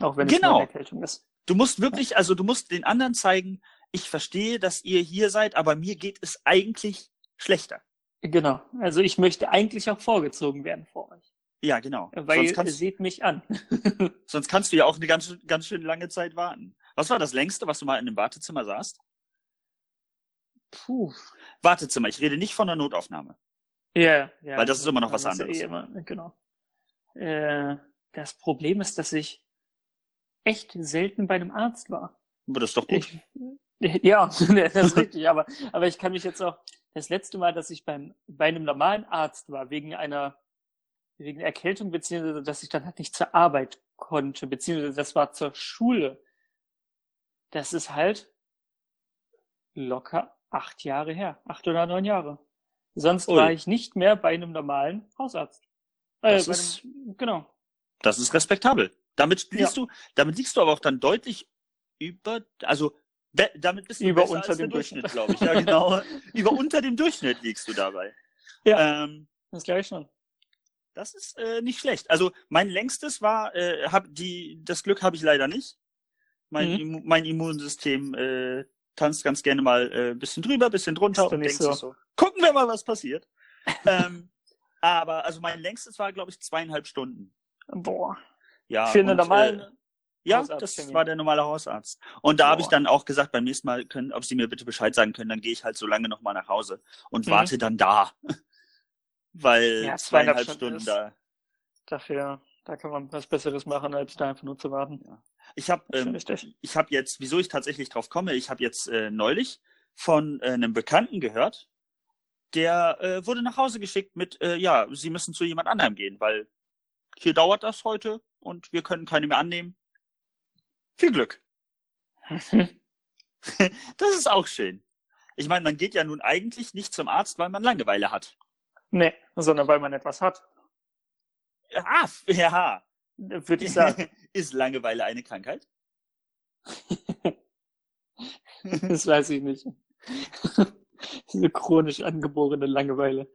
B: Auch wenn es
A: Genau.
B: nur eine Erkältung ist.
A: Du musst wirklich, also du musst den anderen zeigen, ich verstehe, dass ihr hier seid, aber mir geht es eigentlich schlechter.
B: Genau. Also ich möchte eigentlich auch vorgezogen werden vor euch.
A: Ja, genau.
B: Weil
A: sonst,
B: ihr
A: kannst,
B: seht mich an.
A: sonst kannst du ja auch eine ganz, schön- ganz schön lange Zeit warten. Was war das längste, was du mal in einem Wartezimmer saßt?
B: Puh.
A: Wartezimmer, ich rede nicht von der Notaufnahme.
B: Ja, ja.
A: Weil das ist immer noch was
B: Das ist ja eh immer- genau. Äh, das Problem ist, dass ich echt selten bei einem Arzt war.
A: Aber das ist doch gut.
B: Ich, ja, das ist richtig, aber, aber ich kann mich jetzt auch, das letzte Mal, dass ich beim, bei einem normalen Arzt war, wegen einer, wegen Erkältung, beziehungsweise, dass ich dann halt nicht zur Arbeit konnte, beziehungsweise, das war zur Schule. Das ist halt locker acht Jahre her, acht oder neun Jahre. Sonst
A: Ui.
B: war ich nicht mehr bei einem normalen Hausarzt. Äh,
A: Das
B: bei
A: ist-
B: einem, genau.
A: Das ist respektabel. Damit liegst du, damit liegst du aber auch dann deutlich über, also be, damit bist du
B: Über
A: besser
B: unter
A: als der
B: dem
A: Durchschnitt, glaube ich. Ja, genau. über unter dem Durchschnitt liegst du dabei.
B: Ja.
A: Ähm,
B: Das gleich schon.
A: das ist äh, nicht schlecht. Also mein längstes war, äh, hab die, das Glück habe ich leider nicht. Mein,
B: Mhm.
A: Immu- mein Immunsystem äh, tanzt ganz gerne mal äh, bisschen drüber, bisschen drunter
B: Ist doch
A: und
B: nicht
A: denkt
B: so.
A: sich so. Gucken wir mal, was passiert. ähm, aber also mein längstes war, glaube ich, zweieinhalb Stunden.
B: Boah.
A: Ja,
B: Für einen
A: und,
B: normalen
A: äh, ja, das
B: Hausarzttermin.
A: war der normale Hausarzt. Und da habe ich
B: Boah.
A: dann auch gesagt, beim nächsten Mal können, ob sie mir bitte Bescheid sagen können, dann gehe ich halt so lange nochmal nach Hause und
B: Mhm.
A: warte dann da. Weil
B: Ja, zweieinhalb
A: zweieinhalb
B: Stunden
A: Stunden
B: ist-
A: da.
B: Dafür, da kann man was Besseres machen, als da einfach nur zu warten.
A: Ich habe
B: Schon
A: ähm,
B: richtig.
A: ich habe jetzt, wieso ich tatsächlich drauf komme, ich habe jetzt äh, neulich von äh, einem Bekannten gehört, der äh, wurde nach Hause geschickt mit, äh, ja, sie müssen zu jemand anderem gehen, weil hier dauert das heute und wir können keine mehr annehmen. Viel Glück. Das ist auch schön. Ich meine, man geht ja nun eigentlich nicht zum Arzt, weil man Langeweile hat.
B: nee, sondern weil man etwas hat,
A: Ah, f- ja.
B: würde ich sagen.
A: Ist Langeweile eine Krankheit?
B: das weiß ich nicht. Diese chronisch angeborene Langeweile.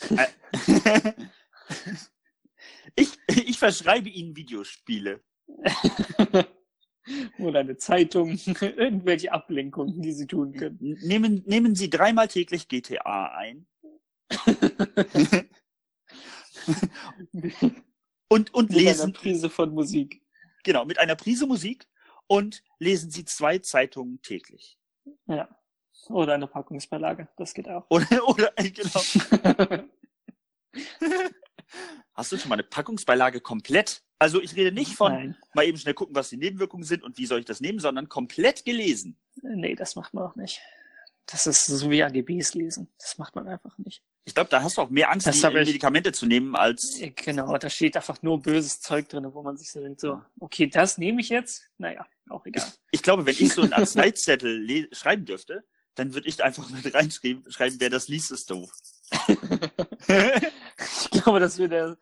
A: ich, ich verschreibe Ihnen Videospiele.
B: Oder eine Zeitung, irgendwelche Ablenkungen, die sie tun können.
A: Nehmen, nehmen Sie dreimal täglich GTA ein
B: Mit
A: und, und
B: einer
A: lesen,
B: Prise von Musik.
A: genau, mit einer Prise Musik und lesen Sie zwei Zeitungen täglich.
B: Ja. Oder eine Packungsbeilage, das geht auch.
A: Oder, oder, äh, genau. Hast du schon mal eine Packungsbeilage komplett? Also ich rede nicht von
B: Nein.
A: mal eben schnell gucken, was die Nebenwirkungen sind und wie soll ich das nehmen, sondern komplett gelesen.
B: Nee, das macht man auch nicht. Das ist so wie AGBs lesen. Das macht man einfach nicht.
A: Ich glaube, da hast du auch mehr Angst,
B: Das
A: die
B: hab ich-
A: Medikamente zu nehmen, als
B: Äh, Genau, da steht einfach nur böses Zeug drin, wo man sich so denkt, so, okay, das nehme ich jetzt. Naja, auch egal.
A: ich glaube, wenn ich so einen Arzneizettel le- schreiben dürfte, dann würde ich einfach mit reinschreiben, schreiben, wer das liest, ist doof.
B: Ich glaube, das würde,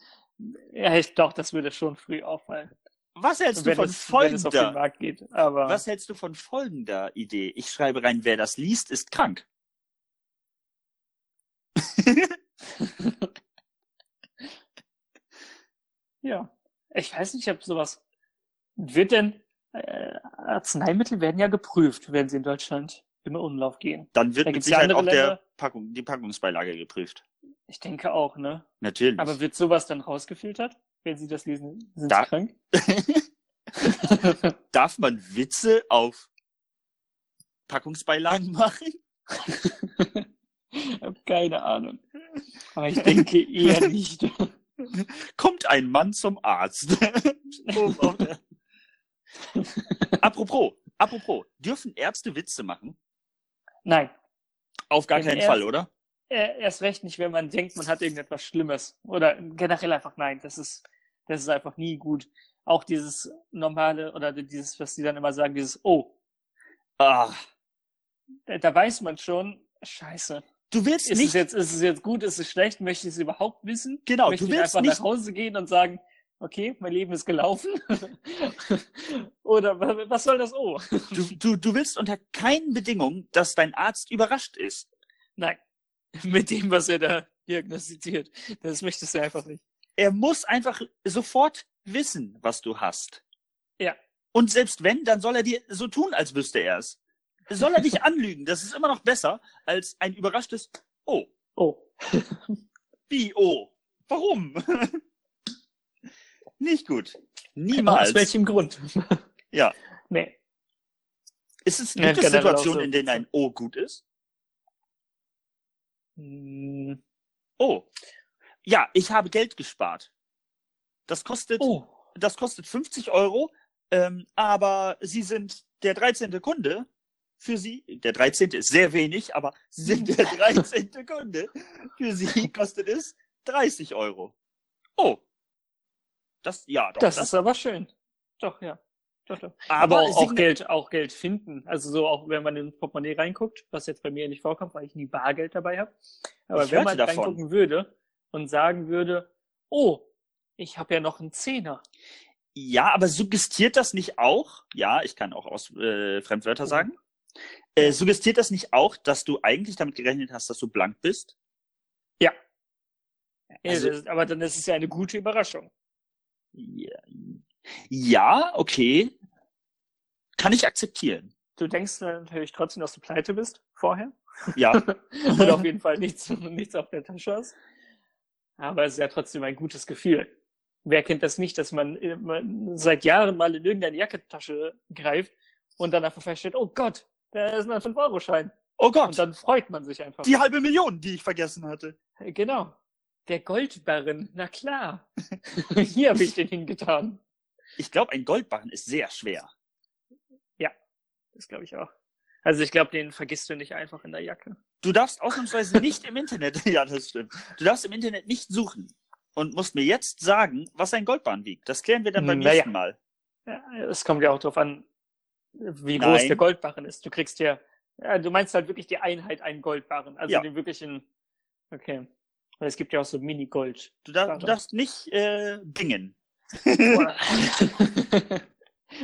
B: ja, ich glaube, das würde schon früh auffallen.
A: Was hältst du
B: Wenn
A: von
B: es, wenn es auf den
A: folgender?
B: Markt geht. Aber
A: Was hältst du von folgender Idee? Ich schreibe rein, wer das liest, ist krank.
B: ja. Ich weiß nicht, ob sowas. Wird denn. Äh, Arzneimittel werden ja geprüft, wenn sie in Deutschland in Umlauf gehen.
A: Dann wird
B: Da
A: mit
B: gibt's ja
A: Sicherheit
B: andere
A: auch der
B: Länder.
A: Packung, die Packungsbeilage geprüft.
B: Ich denke auch, ne?
A: Natürlich.
B: Aber wird sowas dann rausgefiltert, wenn sie das lesen? Sind
A: Da-
B: sie krank?
A: Darf man Witze auf Packungsbeilagen machen?
B: Ich hab keine Ahnung. Aber ich denke eher nicht.
A: Kommt ein Mann zum Arzt. Oben auf der- apropos, apropos, dürfen Ärzte Witze machen?
B: Nein.
A: Auf gar
B: Im
A: keinen
B: Ernst?
A: Fall, oder?
B: Äh, Erst recht nicht, wenn man denkt, man hat irgendetwas Schlimmes. Oder generell einfach nein. Das ist, das ist einfach nie gut. Auch dieses normale oder dieses, was die dann immer sagen, dieses Oh.
A: Ah,
B: Da, da weiß man schon, scheiße.
A: du willst
B: Ist es,
A: nicht.
B: jetzt, ist es jetzt gut, ist es schlecht, möchte ich es überhaupt wissen?
A: Genau,
B: möchte
A: du
B: ich
A: willst
B: einfach
A: nicht.
B: nach Hause gehen und sagen, okay, mein Leben ist gelaufen. oder wa- was soll das Oh?
A: Du, du, du willst unter keinen Bedingungen, dass dein Arzt überrascht ist.
B: Nein. Mit dem, was er da diagnostiziert. Das möchtest du einfach nicht.
A: Er muss einfach sofort wissen, was du hast.
B: Ja.
A: Und selbst wenn, dann soll er dir so tun, als wüsste er es. Soll er dich anlügen? Das ist immer noch besser als ein überraschtes Oh.
B: Oh.
A: Wie, oh? Warum? Nicht gut.
B: Aus
A: Niemals.
B: welchem Grund?
A: Ja.
B: Nee.
A: Ist es,
B: Ja,
A: gibt es
B: generell auch
A: Situationen,
B: so.
A: in denen ein Oh gut ist?
B: Hm,
A: Oh. Ja, ich habe Geld gespart. Das kostet,
B: Oh.
A: das kostet 50 Euro, ähm, aber Sie sind der 13. Kunde. Für Sie, der 13. ist sehr wenig, aber Sie sind der 13. Kunde. Für Sie kostet es 30 Euro. Oh. Das, ja, doch,
B: Das,
A: das,
B: ist aber schön. Doch, ja. Doch, doch.
A: aber,
B: ne? Aber auch, auch
A: signi-
B: Geld, auch Geld finden. Also so auch wenn man in Portemonnaie reinguckt, was jetzt bei mir nicht vorkommt, weil ich nie Bargeld dabei habe. Aber
A: Ich
B: wenn
A: hörte
B: man
A: davon.
B: reingucken würde und sagen würde, oh, ich habe ja noch einen Zehner.
A: Ja, aber suggestiert das nicht auch, ja, ich kann auch aus äh, Fremdwörter
B: Mhm.
A: sagen, äh, suggestiert das nicht auch, dass du eigentlich damit gerechnet hast, dass du blank bist?
B: Ja,
A: Also-
B: das ist- aber dann ist es ja eine gute Überraschung.
A: Ja, ja okay. Kann ich akzeptieren.
B: Du denkst dann natürlich trotzdem, dass du pleite bist vorher.
A: Ja,
B: Und auf jeden Fall nichts, nichts auf der Tasche hast. Aber es ist ja trotzdem ein gutes Gefühl. Wer kennt das nicht, dass man, äh, man seit Jahren mal in irgendeine Jackentasche greift und dann einfach feststellt, oh Gott, da ist ein 5-Euro-Schein.
A: oh
B: Und
A: Gott,
B: dann freut man sich einfach.
A: die halbe Million, die ich vergessen hatte.
B: Genau. Der Goldbarren, na klar. Hier habe ich den hingetan.
A: Ich glaube, ein Goldbarren ist sehr schwer.
B: Das glaube ich auch. Also ich glaube, den vergisst du nicht einfach in der Jacke.
A: Du darfst ausnahmsweise nicht im Internet, ja, das stimmt. Du darfst im Internet nicht suchen und musst mir jetzt sagen, was ein Goldbarren wiegt. Das klären wir dann beim
B: Naja.
A: nächsten Mal.
B: Ja, es kommt ja auch drauf an, wie
A: Nein.
B: groß der Goldbarren ist. Du kriegst ja, ja, du meinst halt wirklich die Einheit einen Goldbarren, also
A: Ja.
B: den wirklichen, okay. Weil es gibt ja auch so Mini-Gold.
A: Du, dar du
B: Warte.
A: darfst nicht äh, bingen.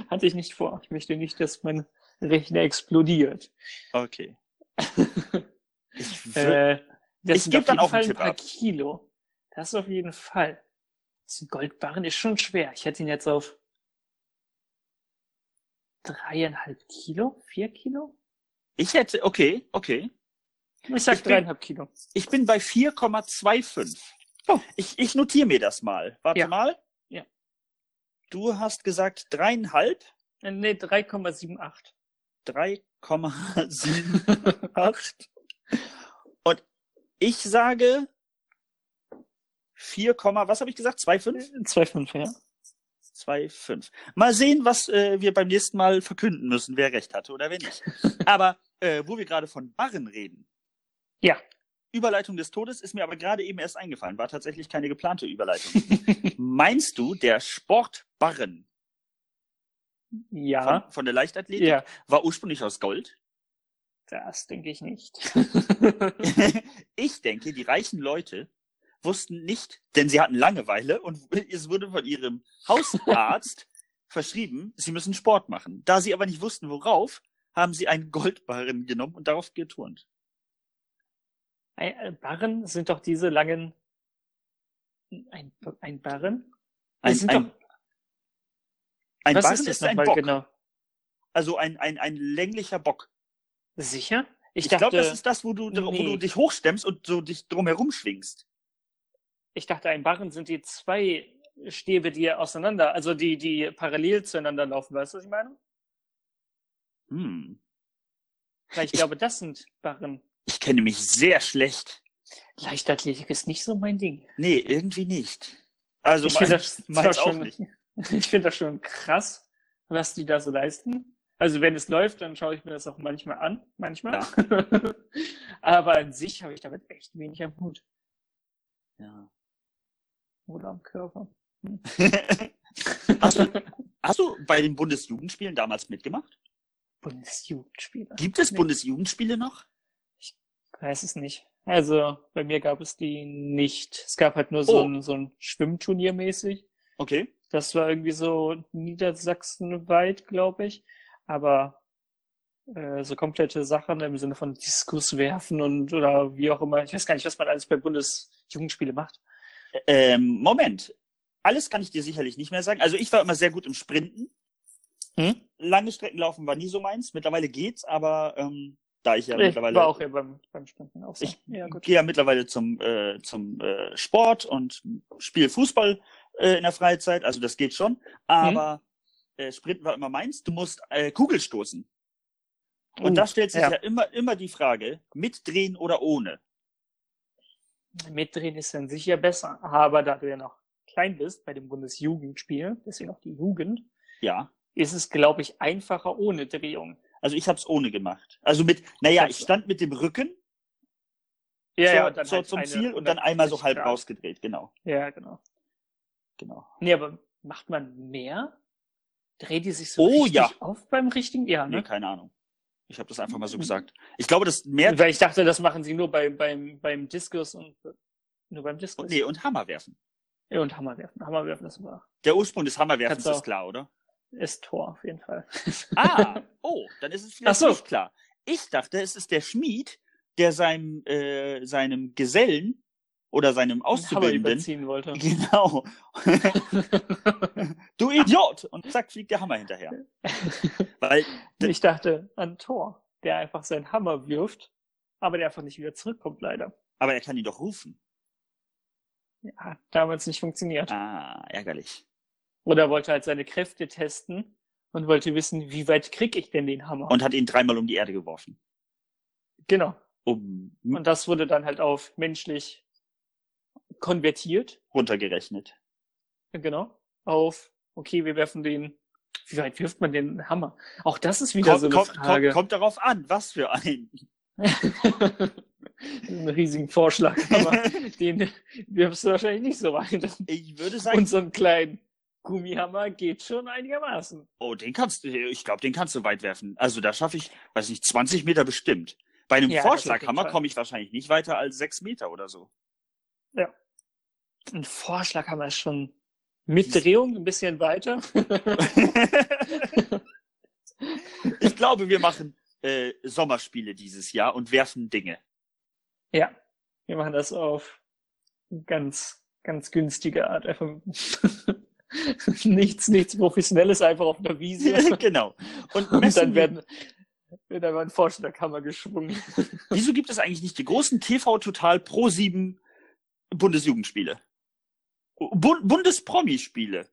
B: Hatte ich nicht vor. Ich möchte nicht, dass mein Rechner explodiert.
A: Okay. Ich wür-
B: Äh, das
A: Ich
B: sind
A: geb
B: auf
A: dann
B: jeden
A: auch
B: Fall
A: einen
B: ein
A: Tipp
B: paar
A: ab.
B: Kilo. Das auf jeden Fall. Das Goldbarren ist schon schwer. Ich hätte ihn jetzt auf dreieinhalb Kilo, vier Kilo?
A: ich hätte, okay, okay.
B: Ich sag
A: Ich bin-
B: dreieinhalb Kilo.
A: Ich bin bei 4,25.
B: Oh.
A: Ich, ich notiere mir das mal. Warte
B: Ja.
A: mal.
B: Ja.
A: Du hast gesagt dreieinhalb,
B: Äh, Nee, 3,78.
A: 3,78. Und ich sage 4, Komma- was habe ich gesagt? 2,5?
B: 2,5, ja.
A: 2,5. Mal sehen, was äh, wir beim nächsten Mal verkünden müssen, wer recht hatte oder wer nicht. Aber äh, wo wir gerade von Barren reden.
B: Ja.
A: Überleitung des Todes ist mir aber gerade eben erst eingefallen. War tatsächlich keine geplante Überleitung. Meinst du, der Sportbarren
B: ja,
A: von, von der Leichtathletik
B: ja,
A: war ursprünglich aus Gold?
B: das denke ich nicht.
A: ich denke, die reichen Leute wussten nicht, denn sie hatten Langeweile und es wurde von ihrem Hausarzt verschrieben, sie müssen Sport machen. Da sie aber nicht wussten, worauf, haben sie einen Goldbarren genommen und darauf geturnt.
B: Ein, äh, Barren sind doch diese langen. Ein, ein Barren? Das
A: Ein,
B: sind
A: ein,
B: doch-
A: ein
B: was
A: Barren
B: ist
A: ist,
B: das
A: ein
B: nochmal
A: Bock.
B: genau?
A: Also ein, ein, ein länglicher Bock.
B: Sicher? Ich,
A: Ich,
B: dachte,
A: glaube, das ist das, wo du, wo
B: Nee.
A: du dich hochstemmst und so dich drumherum schwingst.
B: ich dachte, ein Barren sind die zwei Stäbe, die auseinander, also die, die parallel zueinander laufen. Weißt du, was ich meine?
A: Hm.
B: Weil ich
A: Ich-
B: glaube, das sind Barren.
A: Ich kenne mich sehr schlecht.
B: Leichtathletik ist nicht so mein Ding.
A: Nee, irgendwie nicht. Also
B: ich finde
A: mein,
B: das, zwar
A: meins auch
B: schon,
A: nicht.
B: ich finde das schon krass, was die da so leisten. Also wenn es läuft, dann schaue ich mir das auch manchmal an, manchmal. Aber an sich habe ich damit echt wenig am Hut
A: Ja.
B: oder am Körper.
A: hast, du, hast du bei den Bundesjugendspielen damals mitgemacht?
B: Bundesjugendspieler.
A: Gibt es
B: Nee.
A: Bundesjugendspiele noch?
B: Weiß es nicht. Also bei mir gab es die nicht. Es gab halt nur so
A: Oh.
B: ein, so ein Schwimmturnier mäßig.
A: Okay.
B: Das war irgendwie so niedersachsenweit, glaube ich. Aber äh, so komplette Sachen im Sinne von Diskus werfen und oder wie auch immer. Ich weiß gar nicht, was man alles bei Bundesjugendspiele macht.
A: Ähm, Moment. Alles kann ich dir sicherlich nicht mehr sagen. Also ich war immer sehr gut im Sprinten.
B: Hm?
A: Lange Strecken laufen war nie so meins. Mittlerweile geht's, aber ähm, da ich ja
B: ich
A: mittlerweile
B: war auch eher beim, beim Sprinten auch so.
A: Ich-
B: ja, gut.
A: gehe ja mittlerweile zum äh, zum äh, Sport und spiele Fußball äh, in der Freizeit. Also das geht
B: Hm?
A: schon. Aber äh, Sprinten war immer meins. Du musst äh, Kugel stoßen. Und
B: Uh,
A: da stellt sich
B: ja.
A: ja. immer immer die Frage: Mitdrehen oder ohne?
B: Mitdrehen ist dann sicher besser. Aber da du ja noch klein bist bei dem Bundesjugendspiel, deswegen auch die Jugend,
A: Ja.
B: ist es, glaube ich, einfacher ohne Drehung.
A: Also ich habe es ohne gemacht. Also mit, naja, ich
B: Hab's-
A: stand mit dem Rücken
B: Ja,
A: zur,
B: ja, und dann
A: zur,
B: halt
A: zum
B: eine
A: Ziel und dann einmal so halb
B: 180 Grad.
A: rausgedreht, genau.
B: Ja, genau.
A: genau.
B: Nee, aber macht man mehr? Dreht die sich so
A: Oh,
B: richtig
A: ja.
B: auf beim richtigen? Ja,
A: Nee,
B: ne? Mhm.
A: keine Ahnung. Ich habe das einfach mal so gesagt. Ich glaube, das mehr
B: Weil ich dachte, das machen sie nur bei, beim, beim Diskus und nur beim Diskus.
A: nee, und Hammerwerfen.
B: Ja, Und Hammerwerfen. Hammerwerfen ist, immer-
A: Der Ursprung des Hammerwerfens
B: Kannst du
A: ist
B: auch-
A: klar, oder?
B: ist Tor auf jeden Fall.
A: Ah, oh, dann ist es
B: Ach
A: vielleicht
B: so.
A: nicht klar. Ich dachte, es ist der Schmied, der seinem äh, seinem Gesellen oder seinem
B: Und Hammer
A: Auszubildenden
B: überziehen wollte.
A: genau du Idiot und zack fliegt der Hammer hinterher. Weil
B: ich dachte an Tor, der einfach seinen Hammer wirft, aber der einfach nicht wieder zurückkommt, leider.
A: aber er kann ihn doch rufen.
B: Ja, hat damals nicht funktioniert.
A: Ah, ärgerlich.
B: Oder wollte halt seine Kräfte testen und wollte wissen, wie weit krieg ich denn den Hammer?
A: Und hat ihn dreimal um die Erde geworfen.
B: genau.
A: Um
B: Und das wurde dann halt auf menschlich konvertiert.
A: runtergerechnet.
B: Genau. Auf, okay, wir werfen den. Wie weit wirft man den Hammer? Auch das ist wieder so eine Frage.
A: kommt darauf an, was für ein.
B: einen riesigen Vorschlag, aber den wirfst du wahrscheinlich nicht so weit.
A: Ich würde sagen,
B: Und so einen kleinen Gummihammer geht schon einigermaßen.
A: oh, den kannst du, ich glaube, den kannst du weit werfen. Also da schaffe ich, weiß nicht, 20 Meter bestimmt. Bei einem
B: Ja, das auf jeden
A: Vorschlaghammer
B: Fall.
A: komme ich wahrscheinlich nicht weiter als 6 Meter oder so.
B: Ein Vorschlaghammer ist schon mit Drehung ein bisschen weiter.
A: ich glaube, wir machen äh, Sommerspiele dieses Jahr und werfen Dinge.
B: Ja, wir machen das auf ganz, ganz günstige Art. Einfach nichts, nichts Professionelles, einfach auf einer Wiese.
A: genau. Und,
B: Und
A: messen wir-
B: dann werden, wird einfach ein Vorschlaghammer geschwungen.
A: Wieso gibt es eigentlich nicht die großen TV Total Pro 7 Bundesjugendspiele? Bu Bundespromispiele.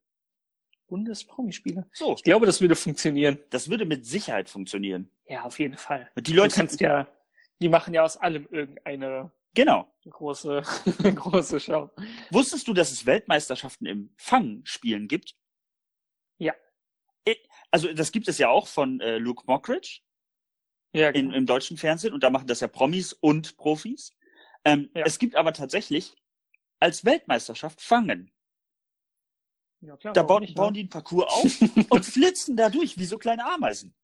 B: Bundespromispieler.
A: So,
B: Ich glaube, das würde funktionieren.
A: das würde mit Sicherheit funktionieren.
B: Ja, auf jeden Fall.
A: Und die
B: Du
A: Leute,
B: kannst ja, die machen ja aus allem irgendeine
A: genau.
B: große, große Show.
A: Wusstest du, dass es Weltmeisterschaften im Fangspielen gibt?
B: Ja.
A: Eh, Also das gibt es ja auch von äh, Luke Mockridge
B: Ja,
A: in, im deutschen Fernsehen und da machen das ja Promis und Profis. Ähm,
B: Ja.
A: Es gibt aber tatsächlich als Weltmeisterschaft Fangen.
B: ja klar,
A: Da
B: warum
A: bauen,
B: nicht, ne?
A: bauen die einen Parcours auf und flitzen da durch wie so kleine Ameisen.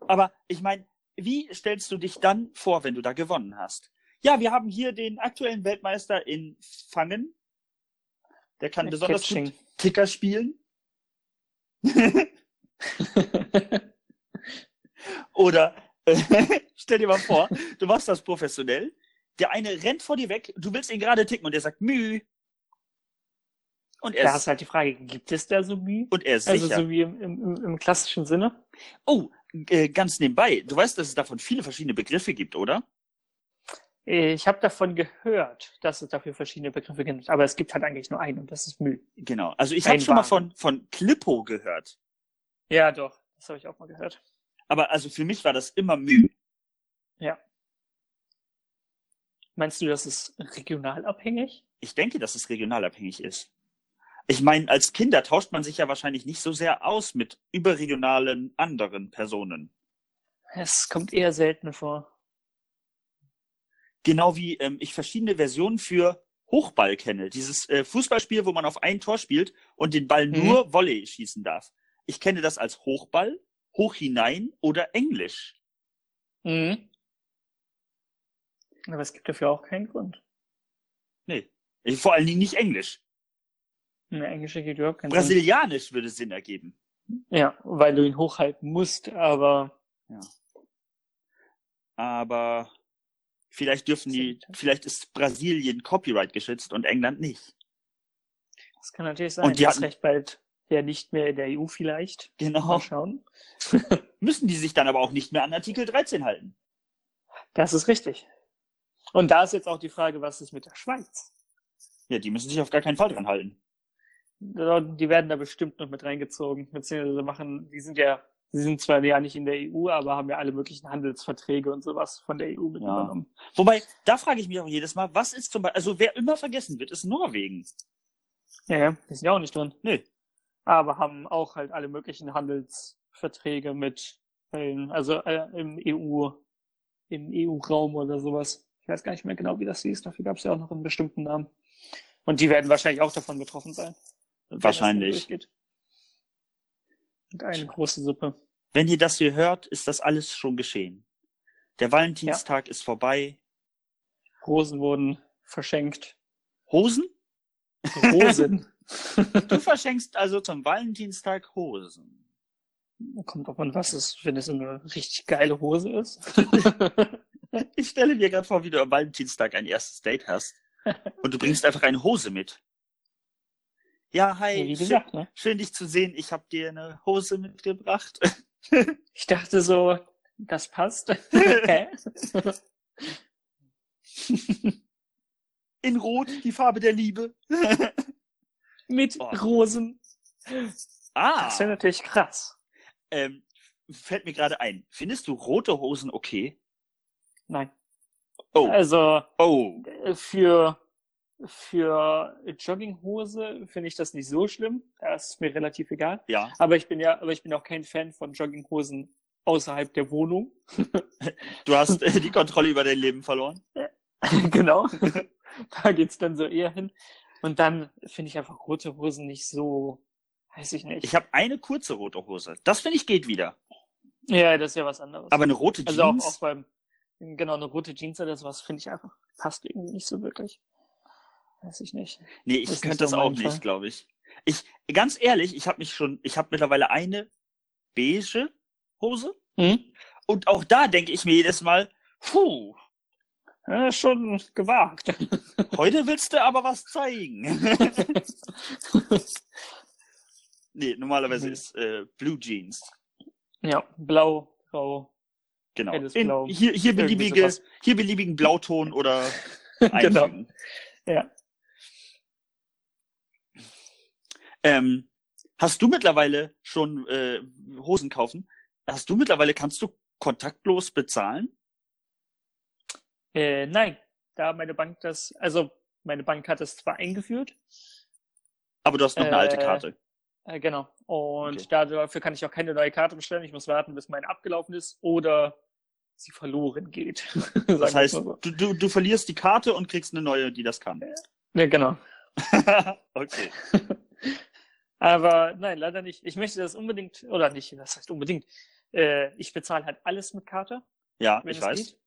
A: Aber ich meine, wie stellst du dich dann vor, wenn du da gewonnen hast? Ja, wir haben hier den aktuellen Weltmeister in Fangen. Der kann besonders gut
B: Catching.
A: Ticker spielen. Oder äh, stell dir mal vor, du machst das professionell. Der eine rennt vor dir weg, du willst ihn gerade ticken und er sagt Müh. Und er
B: Da
A: ist,
B: ist halt die Frage, gibt es da so wie?
A: und er ist
B: Also
A: sicher.
B: so wie im, im, im- im klassischen Sinne?
A: Oh, äh, ganz nebenbei, du weißt, dass es davon viele verschiedene Begriffe gibt, oder?
B: Äh, Ich habe davon gehört, dass es dafür verschiedene Begriffe gibt, aber es gibt halt eigentlich nur einen und das ist Müll.
A: Genau. Also ich
B: Ein
A: habe schon mal
B: Wagen.
A: von, von Clippo gehört.
B: Ja, doch, das habe ich auch mal gehört.
A: Aber also für mich war das immer Müh.
B: Meinst du, das ist regional abhängig?
A: Ich denke, dass es regional abhängig ist. Ich meine, als Kinder tauscht man sich ja wahrscheinlich nicht so sehr aus mit überregionalen anderen Personen.
B: Es kommt eher selten vor.
A: Genau wie ähm, ich verschiedene Versionen für Hochball kenne. Dieses äh, Fußballspiel, wo man auf ein Tor spielt und den Ball
B: Mhm.
A: nur Volley schießen darf. Ich kenne das als Hochball, Hoch hinein oder Englisch.
B: Mhm. Aber es gibt dafür auch keinen Grund.
A: Äh, Vor allen Dingen nicht Englisch.
B: Eine englische geht überhaupt keinen Grund.
A: Brasilianisch würde Sinn ergeben.
B: Ja, weil du ihn hochhalten musst, aber
A: Aber vielleicht dürfen die, vielleicht ist Brasilien Copyright geschützt und England nicht.
B: das kann natürlich sein.
A: Und die
B: Das
A: hatten-
B: recht bald ja nicht mehr in der EU vielleicht. Mal
A: Genau.
B: schauen.
A: Müssen die sich dann aber auch nicht mehr an Artikel 13 halten.
B: Das ist richtig. Und da ist jetzt auch die Frage, was ist mit der Schweiz?
A: Ja, die müssen sich auf gar keinen Fall dran halten.
B: Die werden da bestimmt noch mit reingezogen, beziehungsweise machen, die sind ja, sie sind zwar ja nicht in der EU, aber haben ja alle möglichen Handelsverträge und sowas von der EU mit
A: Ja.
B: übernommen.
A: Wobei, da frage ich mich auch jedes Mal, was ist zum Beispiel, also wer immer vergessen wird, ist Norwegen.
B: Ja, ja, die sind ja auch nicht drin.
A: Nee.
B: Aber haben auch halt alle möglichen Handelsverträge mit, allen- also äh, im EU, im EU-Raum oder sowas. Ich weiß gar nicht mehr genau, wie das hieß. Dafür gab es ja auch noch einen bestimmten Namen. Und die werden wahrscheinlich auch davon betroffen sein. wenn das
A: Wahrscheinlich.
B: nicht durchgeht. Und eine große Suppe.
A: Wenn ihr das hier hört, ist das alles schon geschehen. Der Valentinstag ist vorbei.
B: Rosen wurden verschenkt.
A: Hosen?
B: Rosen.
A: Du verschenkst also zum Valentinstag Hosen.
B: Kommt drauf an, was es, wenn es so eine richtig geile Hose ist.
A: Ich stelle mir gerade vor, wie du am Valentinstag ein erstes Date hast. Und du bringst einfach eine Hose mit. Ja, hi.
B: Wie
A: Schön,
B: gesagt, ne?
A: schön dich zu sehen. Ich habe dir eine Hose mitgebracht.
B: Ich dachte so, das passt. Hä?
A: In Rot, die Farbe der Liebe.
B: Mit
A: Boah.
B: Rosen.
A: Ah,
B: Das wäre natürlich krass.
A: ähm, fällt mir gerade ein. Findest du rote Hosen okay?
B: Nein.
A: Oh,
B: Also
A: oh.
B: äh, für, für Jogginghose finde ich das nicht so schlimm. Das ist mir relativ egal.
A: Ja,
B: Aber ich bin ja, aber ich bin auch kein Fan von Jogginghosen außerhalb der Wohnung.
A: du hast äh, die Kontrolle über dein Leben verloren.
B: genau. da geht's dann so eher hin. Und dann finde ich einfach rote Hosen nicht so, weiß ich nicht.
A: Ich habe eine kurze rote Hose. Das finde ich geht wieder.
B: ja, das ist ja was anderes.
A: Aber eine rote Jeans?
B: Also auch, auch beim, genau, eine rote Jeans oder sowas finde ich einfach, passt irgendwie nicht so wirklich. Weiß ich nicht.
A: nee,
B: ist
A: ich
B: nicht
A: könnte das
B: so
A: auch
B: mein Fall.
A: nicht, glaube ich. Ich, ganz ehrlich, ich habe mich schon, ich habe mittlerweile eine beige Hose.
B: Hm?
A: Und auch da denke ich mir jedes Mal, puh,
B: Ja, schon gewagt.
A: heute willst du aber was zeigen. nee, normalerweise
B: Mhm.
A: ist äh, Blue Jeans.
B: ja, blau, grau.
A: Genau.
B: Helles
A: In,
B: Blau.
A: Hier, hier,
B: Irgendwie
A: beliebige,
B: sowas.
A: hier beliebigen Blauton oder
B: genau.
A: einfügen.
B: Ja.
A: Ähm, hast du mittlerweile schon äh, Hosen kaufen? Hast du mittlerweile, kannst du kontaktlos bezahlen?
B: Äh, nein, da meine Bank das, also meine Bank hat das zwar eingeführt,
A: Aber du hast noch eine alte
B: Äh,
A: Karte.
B: äh, genau, und
A: Okay.
B: da, dafür kann ich auch keine neue Karte bestellen. Ich muss warten, bis meine abgelaufen ist oder sie verloren geht. Sagen wir es
A: Das heißt,
B: mal so.
A: du, du, du verlierst die Karte und kriegst eine neue, die das kann.
B: ja, genau.
A: okay.
B: Aber nein, leider nicht. Ich möchte das unbedingt, oder nicht, das heißt unbedingt. Äh, ich bezahle halt alles mit Karte,
A: Ja,
B: wenn
A: ich
B: es
A: weiß.
B: geht.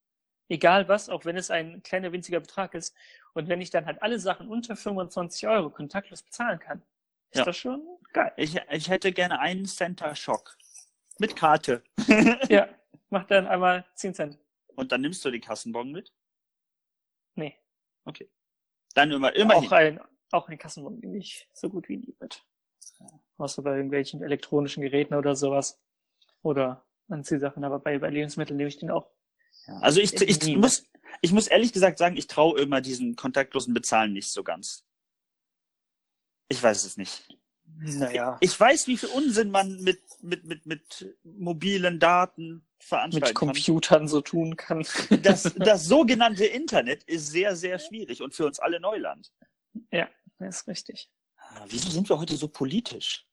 B: Egal was, auch wenn es ein kleiner winziger Betrag ist. Und wenn ich dann halt alle Sachen unter 25 Euro kontaktlos bezahlen kann, ist
A: Ja.
B: das schon geil.
A: Ich, ich hätte gerne einen Center Shock. Mit Karte.
B: ja, mach dann einmal 10 Cent.
A: Und dann nimmst du den Kassenbon mit?
B: Nee.
A: Okay. Dann immer, immerhin.
B: Auch ein, auch ein Kassenbon bin ich so gut wie nie mit. Außer bei irgendwelchen elektronischen Geräten oder sowas. Oder Anziehsachen, aber bei, bei Lebensmitteln nehme ich den auch.
A: Ja, also ich, ich,
B: Nie.
A: muss, ich muss ehrlich gesagt sagen, ich traue immer diesen kontaktlosen Bezahlen nicht so ganz. Ich weiß es nicht.
B: Naja.
A: Ich weiß, wie viel Unsinn man mit, mit, mit, mit mobilen Daten veranstalten
B: Mit
A: kann.
B: Computern so tun kann.
A: Das, das sogenannte Internet ist sehr, sehr schwierig und für uns alle Neuland.
B: Das ist richtig.
A: Ah, Wieso sind wir heute so politisch?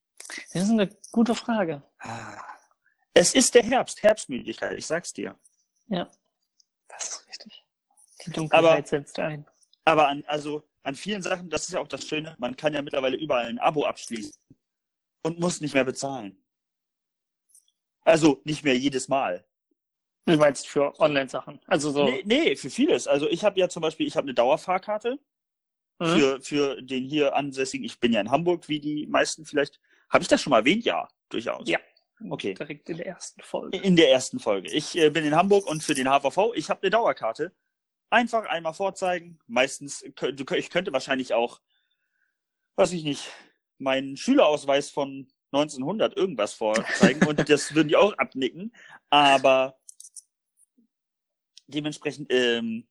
B: Das ist eine gute Frage.
A: Ah, Es ist der Herbst, Herbstmüdigkeit, ich sag's dir.
B: Das ist richtig. Die Dunkelheit setzt ein.
A: Aber an, also an vielen Sachen, das ist ja auch das Schöne, man kann ja mittlerweile überall ein Abo abschließen und muss nicht mehr bezahlen. Also nicht mehr jedes Mal.
B: Du meinst für Online-Sachen. Also so.
A: Nee, nee, für vieles. Also ich habe ja zum Beispiel, ich habe eine Dauerfahrkarte
B: hm?
A: für, für den hier ansässigen, ich bin ja in Hamburg, wie die meisten vielleicht. Habe ich das schon mal erwähnt? Ja, durchaus.
B: Ja.
A: Okay.
B: Direkt in der ersten Folge.
A: In der ersten Folge. Ich äh, bin in Hamburg und für den HVV, ich habe eine Dauerkarte. Einfach einmal vorzeigen. Meistens, kö- du kö- ich könnte wahrscheinlich auch, weiß ich nicht, meinen Schülerausweis von 1900 irgendwas vorzeigen und das würden die auch abnicken. Aber dementsprechend, ähm,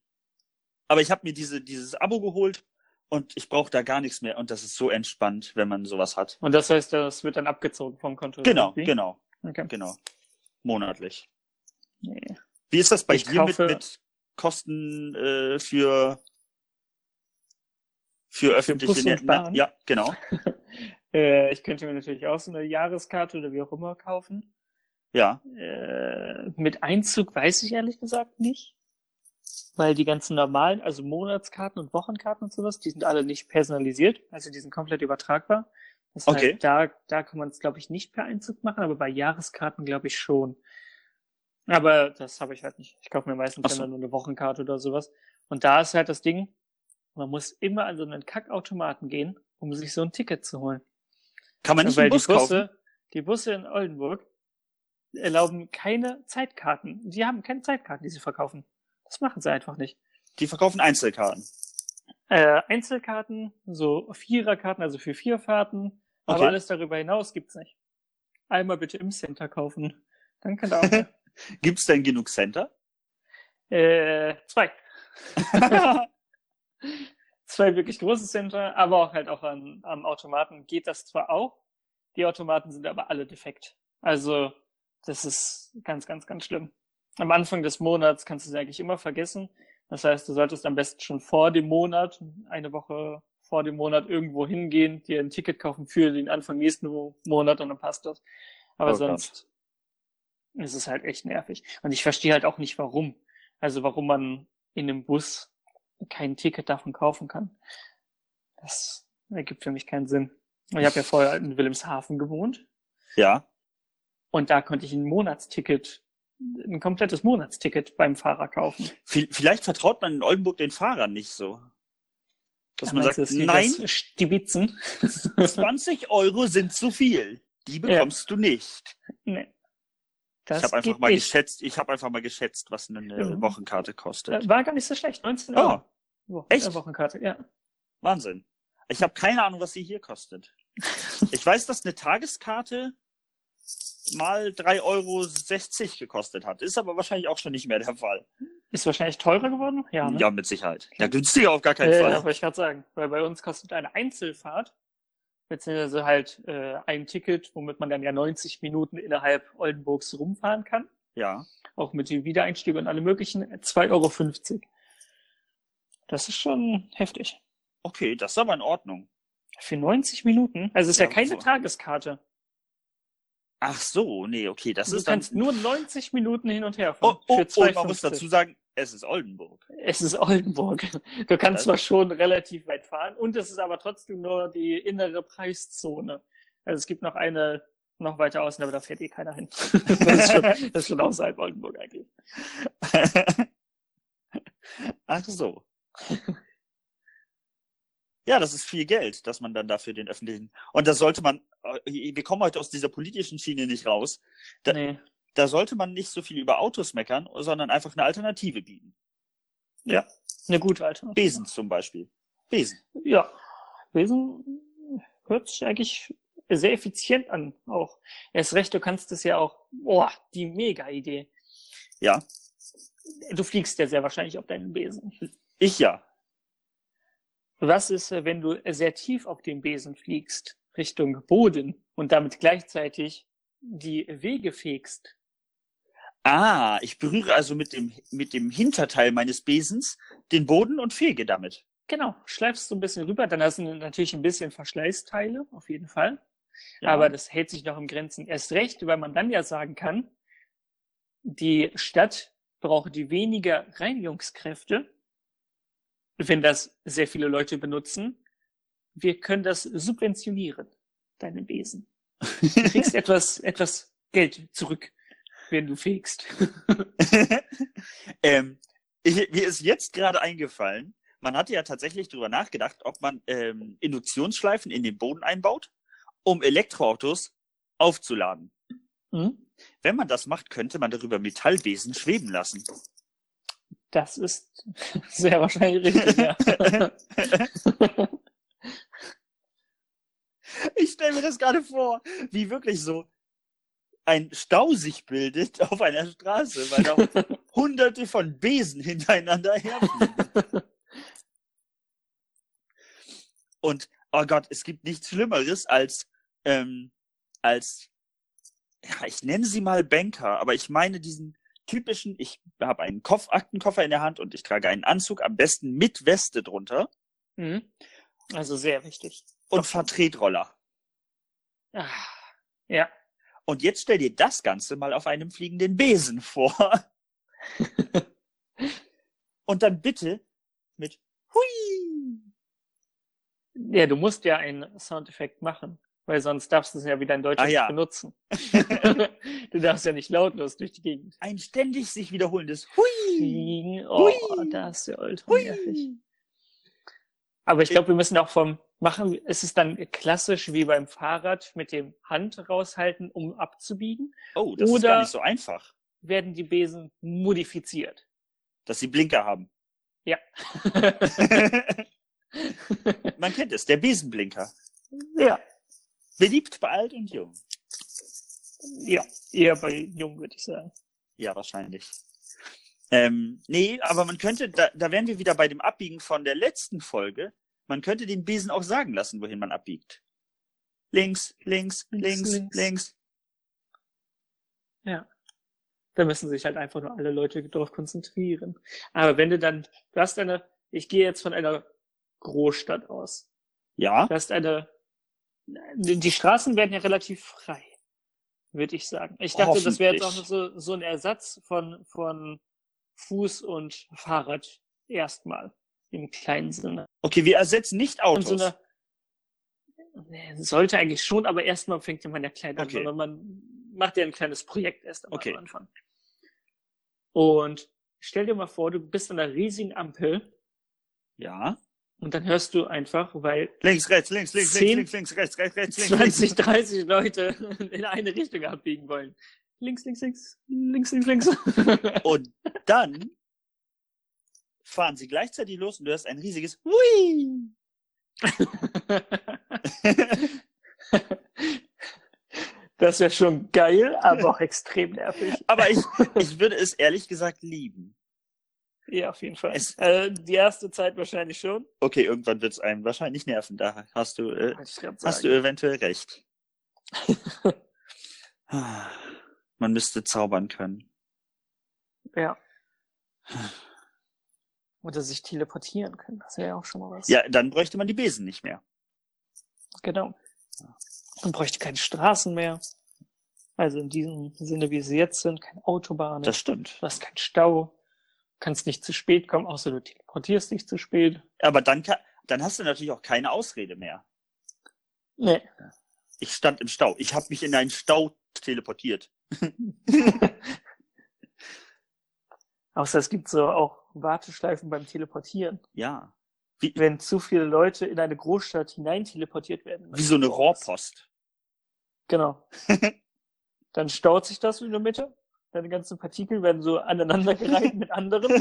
A: aber ich habe mir diese, dieses Abo geholt und ich brauche da gar nichts mehr und das ist so entspannt, wenn man sowas hat.
B: Und das heißt, das wird dann abgezogen vom Konto.
A: Genau,
B: irgendwie?
A: genau,
B: Okay.
A: genau. Monatlich.
B: Nee.
A: Wie ist das bei
B: Ich
A: dir
B: kaufe-
A: mit, mit Kosten äh, für für öffentliche
B: Bus und
A: Na-
B: Bahn?
A: Ja, genau.
B: Äh, ich könnte mir natürlich auch so eine Jahreskarte oder wie auch immer kaufen.
A: Ja,
B: Äh, mit Einzug weiß ich ehrlich gesagt nicht. Weil die ganzen normalen, also Monatskarten und Wochenkarten und sowas, die sind alle nicht personalisiert. Also die sind komplett übertragbar. Das heißt,
A: Okay.
B: da, da kann man es, glaube ich, nicht per Einzug machen, aber bei Jahreskarten, glaube ich, schon. Aber das habe ich halt nicht. Ich kaufe mir meistens
A: Ach so.
B: dann nur eine Wochenkarte oder sowas. Und da ist halt das Ding, man muss immer an so einen Kackautomaten gehen, um sich so ein Ticket zu holen.
A: kann man nicht
B: Weil
A: einen Bus
B: die Busse,
A: kaufen?
B: die Busse in Oldenburg erlauben keine Zeitkarten. Die haben keine Zeitkarten, die sie verkaufen. Das machen sie einfach nicht.
A: Die verkaufen Einzelkarten.
B: Äh, Einzelkarten, so Viererkarten, also für Vierfahrten,
A: Okay.
B: aber alles darüber hinaus gibt's nicht. Einmal bitte im Center kaufen. Dann könnt ihr auch.
A: Gibt's denn genug Center?
B: äh, zwei. zwei wirklich große Center, aber auch halt auch an, am Automaten geht das zwar auch, die Automaten sind aber alle defekt. Also das ist ganz, ganz, ganz schlimm. Am Anfang des Monats kannst du sie eigentlich immer vergessen. Das heißt, du solltest am besten schon vor dem Monat, eine Woche vor dem Monat irgendwo hingehen, dir ein Ticket kaufen für den Anfang nächsten Mo- Monat und dann passt das. Aber
A: Oh Gott.
B: sonst ist es halt echt nervig. Und ich verstehe halt auch nicht, warum. Also warum man in einem Bus kein Ticket davon kaufen kann. Das ergibt für mich keinen Sinn. Ich habe ja vorher halt in Wilhelmshaven gewohnt
A: ja.
B: und da konnte ich ein Monatsticket, ein komplettes Monatsticket beim Fahrer kaufen.
A: V vielleicht vertraut man in Oldenburg den Fahrern nicht so. Dass man sagt,
B: Meinst du, das geht
A: nein,
B: das Stibitzen.
A: 20 Euro sind zu viel. Die bekommst du nicht.
B: nee. Das
A: ich habe einfach
B: geht
A: mal
B: nicht.
A: geschätzt, ich habe einfach mal geschätzt, was eine
B: Mhm.
A: Wochenkarte kostet.
B: War gar nicht so schlecht. 19
A: Oh,
B: Euro. Wo-
A: echt?
B: äh, Wochenkarte, ja.
A: Wahnsinn. Ich habe keine Ahnung, was sie hier kostet. Ich weiß, dass eine Tageskarte mal 3,60 Euro gekostet hat. Ist aber wahrscheinlich auch schon nicht mehr der Fall.
B: Ist wahrscheinlich teurer geworden? Ja, ne?
A: mit Sicherheit. Ja, günstiger auf gar keinen
B: äh, Das
A: Fall.
B: wollte ich gerade sagen. Weil bei uns kostet eine Einzelfahrt, beziehungsweise halt äh, ein Ticket, womit man dann ja 90 Minuten innerhalb Oldenburgs rumfahren kann,
A: Ja.
B: auch mit dem Wiedereinstieg und allem möglichen, 2,50 Euro. Das ist schon heftig.
A: Okay, das ist aber in Ordnung.
B: Für 90 Minuten? Also es ist ja,
A: Ja,
B: keine
A: so.
B: Tageskarte.
A: Ach so, nee, okay, das
B: du
A: ist dann.
B: kannst nur 90 Minuten hin und her
A: Oh,
B: fahren.
A: oh,
B: für
A: oh, man muss
B: 2,50.
A: dazu sagen, es ist Oldenburg.
B: Es ist Oldenburg. Du kannst zwar schon relativ weit fahren und es ist aber trotzdem nur die innere Preiszone. Also es gibt noch eine noch weiter außen, aber da fährt eh keiner hin. Das ist schon, das ist schon außerhalb Oldenburg eigentlich.
A: Ach so. Ja, das ist viel Geld, dass man dann dafür den öffentlichen. Und das sollte man. äh, Wir kommen heute aus dieser politischen Schiene nicht raus. Da-
B: nee.
A: da sollte man nicht so viel über Autos meckern, sondern einfach eine Alternative bieten.
B: Ja. Eine gute Alternative.
A: Besen zum Beispiel. Besen.
B: Ja. Besen hört sich eigentlich sehr effizient an auch. Erst recht, du kannst es ja auch. Boah, die mega Idee.
A: Ja.
B: Du fliegst ja sehr wahrscheinlich auf deinen Besen.
A: Ich ja.
B: Was ist, wenn du sehr tief auf dem Besen fliegst, Richtung Boden und damit gleichzeitig die Wege fegst?
A: Ah, ich berühre also mit dem, mit dem Hinterteil meines Besens den Boden und fege damit.
B: Genau, schleifst so ein bisschen rüber, dann hast du natürlich ein bisschen Verschleißteile, auf jeden Fall. Aber das hält sich noch im Grenzen. Erst recht, weil man dann ja sagen kann, die Stadt braucht weniger Reinigungskräfte, wenn das sehr viele Leute benutzen. Wir können das subventionieren, deinen Besen. Du kriegst etwas, etwas Geld zurück, wenn du fegst.
A: ähm, ich, mir ist jetzt gerade eingefallen, man hatte ja tatsächlich drüber nachgedacht, ob man ähm, Induktionsschleifen in den Boden einbaut, um Elektroautos aufzuladen.
B: Hm?
A: Wenn man das macht, könnte man darüber Metallbesen schweben lassen.
B: Das ist sehr wahrscheinlich richtig, ja.
A: Ich stelle mir das gerade vor, wie wirklich so ein Stau sich bildet auf einer Straße, weil da hunderte von Besen hintereinander herfliegen. Und, oh Gott, es gibt nichts Schlimmeres als, ähm, als, ja, ich nenne sie mal Banker, aber ich meine diesen typischen, ich habe einen Kopf, Aktenkoffer in der Hand und ich trage einen Anzug, am besten mit Weste drunter
B: Mhm. Also sehr wichtig.
A: und Vertretroller.
B: Ah, Ja.
A: Und jetzt stell dir das Ganze mal auf einem fliegenden Besen vor. und dann bitte mit Hui!
B: Ja, du musst ja einen Soundeffekt machen, weil sonst darfst du es ja wieder in Deutschland
A: Ah, ja.
B: nicht benutzen. du darfst ja nicht lautlos durch die Gegend
A: Ein ständig sich wiederholendes Hui!
B: fliegen. Oh,
A: Hui.
B: da ist der ultra nervig.
A: Hui!
B: Aber ich glaube, wir müssen auch vom machen, es ist dann klassisch wie beim Fahrrad mit dem Hand raushalten, um abzubiegen,
A: Oh, das ist
B: Oder-
A: gar nicht so einfach,
B: werden die Besen modifiziert.
A: dass sie Blinker haben.
B: Ja.
A: Man kennt es, der Besenblinker.
B: ja.
A: Beliebt bei alt und jung.
B: Ja, eher bei Jung, würde ich sagen.
A: Ja, wahrscheinlich. Ähm, nee, aber man könnte, da, da wären wir wieder bei dem Abbiegen von der letzten Folge. Man könnte den Besen auch sagen lassen, wohin man abbiegt. Links, links, links,
B: Links, links.
A: links.
B: Da müssen sich halt einfach nur alle Leute drauf konzentrieren. Aber wenn du dann, du hast eine, ich gehe jetzt von einer Großstadt aus.
A: Ja,
B: Du hast eine, die Straßen werden ja relativ frei, würde ich sagen. Ich dachte, das wäre jetzt auch
A: Hoffentlich.
B: noch so, so ein Ersatz von, von Fuß und Fahrrad erstmal im kleinen Sinne.
A: okay, wir ersetzen nicht
B: Und
A: Autos.
B: so eine, Nee, sollte eigentlich schon, aber erstmal fängt ja man ja klein an,
A: Okay.
B: sondern man macht ja ein kleines Projekt erst einmal
A: Okay.
B: am Anfang. Und stell dir mal vor, du bist an einer riesigen Ampel
A: ja.
B: und dann hörst du einfach, weil
A: Links, rechts, links, links,
B: Zehn,
A: links, links, links, rechts, rechts, rechts, links,
B: 20, 30 Leute in eine Richtung abbiegen wollen. Links, links, links, links, links, links.
A: links. Und dann fahren sie gleichzeitig los und du hörst ein riesiges Hui!
B: Das wäre schon geil, aber auch extrem nervig.
A: Aber ich, ich würde es ehrlich gesagt lieben.
B: Ja, auf jeden Fall.
A: Es-
B: äh, die erste Zeit wahrscheinlich schon.
A: Okay, irgendwann wird es einem wahrscheinlich nerven. Da hast du, äh,
B: Wollte ich grad
A: hast du
B: sagen.
A: eventuell recht. Ah, Man müsste zaubern können.
B: Ja. Oder sich teleportieren können. Das wäre ja auch schon mal was.
A: Ja, dann bräuchte man die Besen nicht mehr.
B: Genau. Man bräuchte keine Straßen mehr. Also in diesem Sinne, wie sie jetzt sind, keine Autobahnen.
A: Das stimmt.
B: Du hast keinen Stau, kannst nicht zu spät kommen, außer du teleportierst dich zu spät.
A: Aber dann, kann, dann hast du natürlich auch keine Ausrede mehr.
B: Nee.
A: Ich stand im Stau. Ich habe mich in einen Stau teleportiert.
B: Außer es gibt so auch Warteschleifen beim Teleportieren.
A: Ja.
B: Wenn zu viele Leute in eine Großstadt hinein teleportiert werden.
A: Wie so eine Rohrpost.
B: Genau. Dann staut sich das in der Mitte. Deine ganzen Partikel werden so aneinander gereiht mit anderen.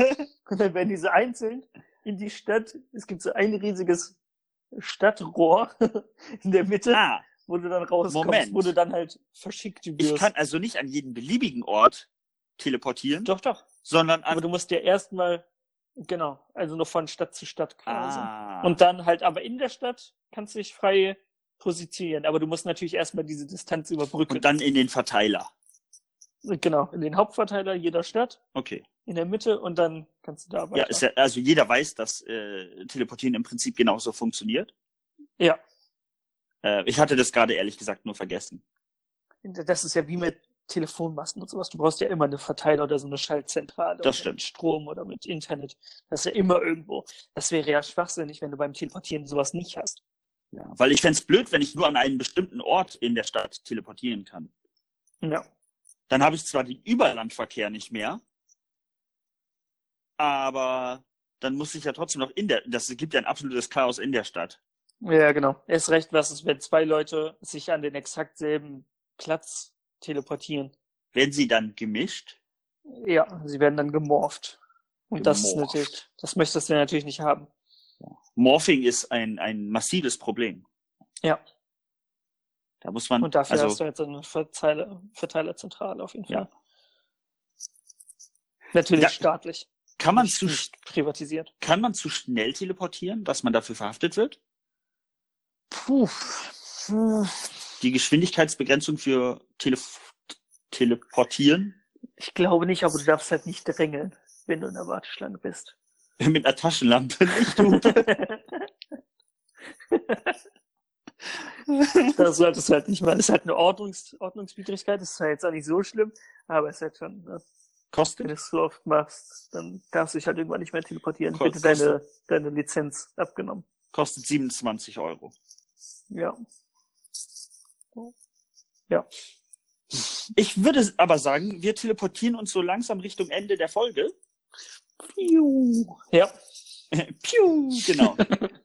B: Und dann werden diese einzeln in die Stadt. Es gibt so ein riesiges Stadtrohr in der Mitte,
A: Ah,
B: wo du dann rauskommst,
A: Moment.
B: wo du dann halt verschickt wirst.
A: ich kann also nicht an jeden beliebigen Ort teleportieren,
B: doch, doch.
A: sondern
B: Aber
A: an.
B: du musst ja erstmal, genau, also nur von Stadt zu Stadt quasi.
A: Ah,
B: Und dann halt, aber in der Stadt kannst du dich frei positionieren. Aber du musst natürlich erstmal diese Distanz überbrücken.
A: und dann in den Verteiler.
B: genau, in den Hauptverteiler jeder Stadt,
A: Okay.
B: in der Mitte und dann kannst du da weiter.
A: Ja, ist ja, also jeder weiß, dass äh, Teleportieren im Prinzip genauso funktioniert.
B: Ja.
A: Äh, ich hatte das gerade ehrlich gesagt nur vergessen.
B: Das ist ja wie mit Telefonmasten und sowas. Du brauchst ja immer eine Verteiler oder so eine Schaltzentrale.
A: Das
B: oder
A: stimmt.
B: Mit Strom oder mit Internet. Das ist ja immer irgendwo. Das wäre ja schwachsinnig, wenn du beim Teleportieren sowas nicht hast.
A: Ja. Weil ich fänd's blöd, wenn ich nur an einen bestimmten Ort in der Stadt teleportieren kann.
B: Ja.
A: Dann habe ich zwar den Überlandverkehr nicht mehr, aber dann muss ich ja trotzdem noch in der. Das gibt ja ein absolutes Chaos in der Stadt.
B: Ja, genau. Er ist recht, was ist, wenn zwei Leute sich an den exakt selben Platz teleportieren.
A: Werden sie dann gemischt?
B: Ja, sie werden dann gemorpht. Und das ist
A: Gemorpht.
B: natürlich, das möchtest du natürlich nicht haben.
A: Morphing ist ein, ein massives Problem.
B: Ja.
A: Da muss man.
B: Und dafür
A: also,
B: hast du jetzt eine Verteiler, Verteilerzentrale auf jeden
A: Ja.
B: Fall. Natürlich
A: Ja.
B: staatlich.
A: kann man
B: nicht-
A: zu
B: nicht privatisiert.
A: Kann man zu schnell teleportieren, dass man dafür verhaftet wird?
B: Puh.
A: Die Geschwindigkeitsbegrenzung für Tele Teleportieren
B: Ich glaube nicht, aber du darfst halt nicht drängeln, wenn du in der Warteschlange bist.
A: mit einer Taschenlampe nicht du.
B: das solltest du halt nicht machen. Das ist halt eine Ordnungs Ordnungswidrigkeit. Das ist halt jetzt auch nicht so schlimm, aber es ist halt schon, ne? wenn
A: Kostet?
B: du es so oft machst, dann darfst du dich halt irgendwann nicht mehr teleportieren.
A: Kost-
B: Bitte deine, deine Lizenz abgenommen.
A: Kostet 27 Euro.
B: Ja.
A: Ich würde aber sagen, wir teleportieren uns so langsam Richtung Ende der Folge.
B: Piu. Ja.
A: Piu, genau.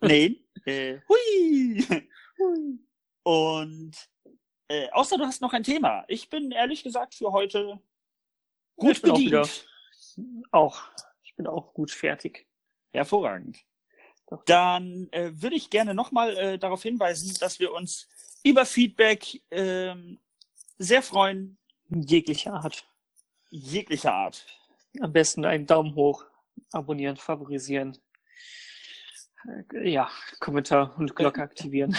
A: Nein. Äh, hui. Hui. Und äh, außer du hast noch ein Thema. Ich bin ehrlich gesagt für heute gut
B: Ich bin auch
A: bedient.
B: wieder- Auch. Ich bin auch gut fertig.
A: Hervorragend.
B: Doch.
A: Dann äh, würde ich gerne nochmal äh, darauf hinweisen, dass wir uns über Feedback ähm, sehr freuen,
B: Jeglicher Art.
A: jeglicher Art.
B: Am besten einen Daumen hoch, abonnieren, favorisieren. Äh, Ja, Kommentar und Glocke aktivieren.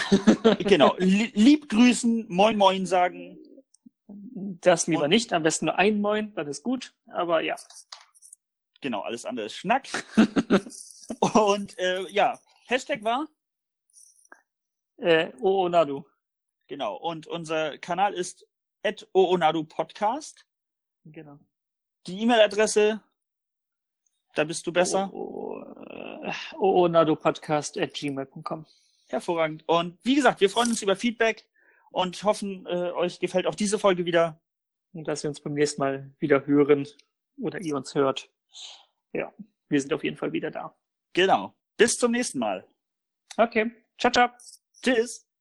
A: genau. Li lieb grüßen, moin moin sagen.
B: Das lieber
A: Und-
B: nicht. Am besten nur ein Moin, dann ist gut. Aber ja.
A: Genau, alles andere ist Schnack. Und äh, ja, Hashtag war.
B: Äh, oh, oh, na du.
A: Genau. Und unser Kanal ist at Oonadu Podcast.
B: Genau.
A: Die E-Mail-Adresse, da bist du besser.
B: Oh, oh, äh, oh, oh, na du Podcast at gmail.com.
A: Hervorragend. Und wie gesagt, wir freuen uns über Feedback und hoffen, äh, euch gefällt auch diese Folge wieder.
B: Und dass wir uns beim nächsten Mal wieder hören oder ihr uns hört. Ja, wir sind auf jeden Fall wieder da.
A: Genau. Bis zum nächsten Mal.
B: Okay. Ciao, ciao.
A: Tschüss.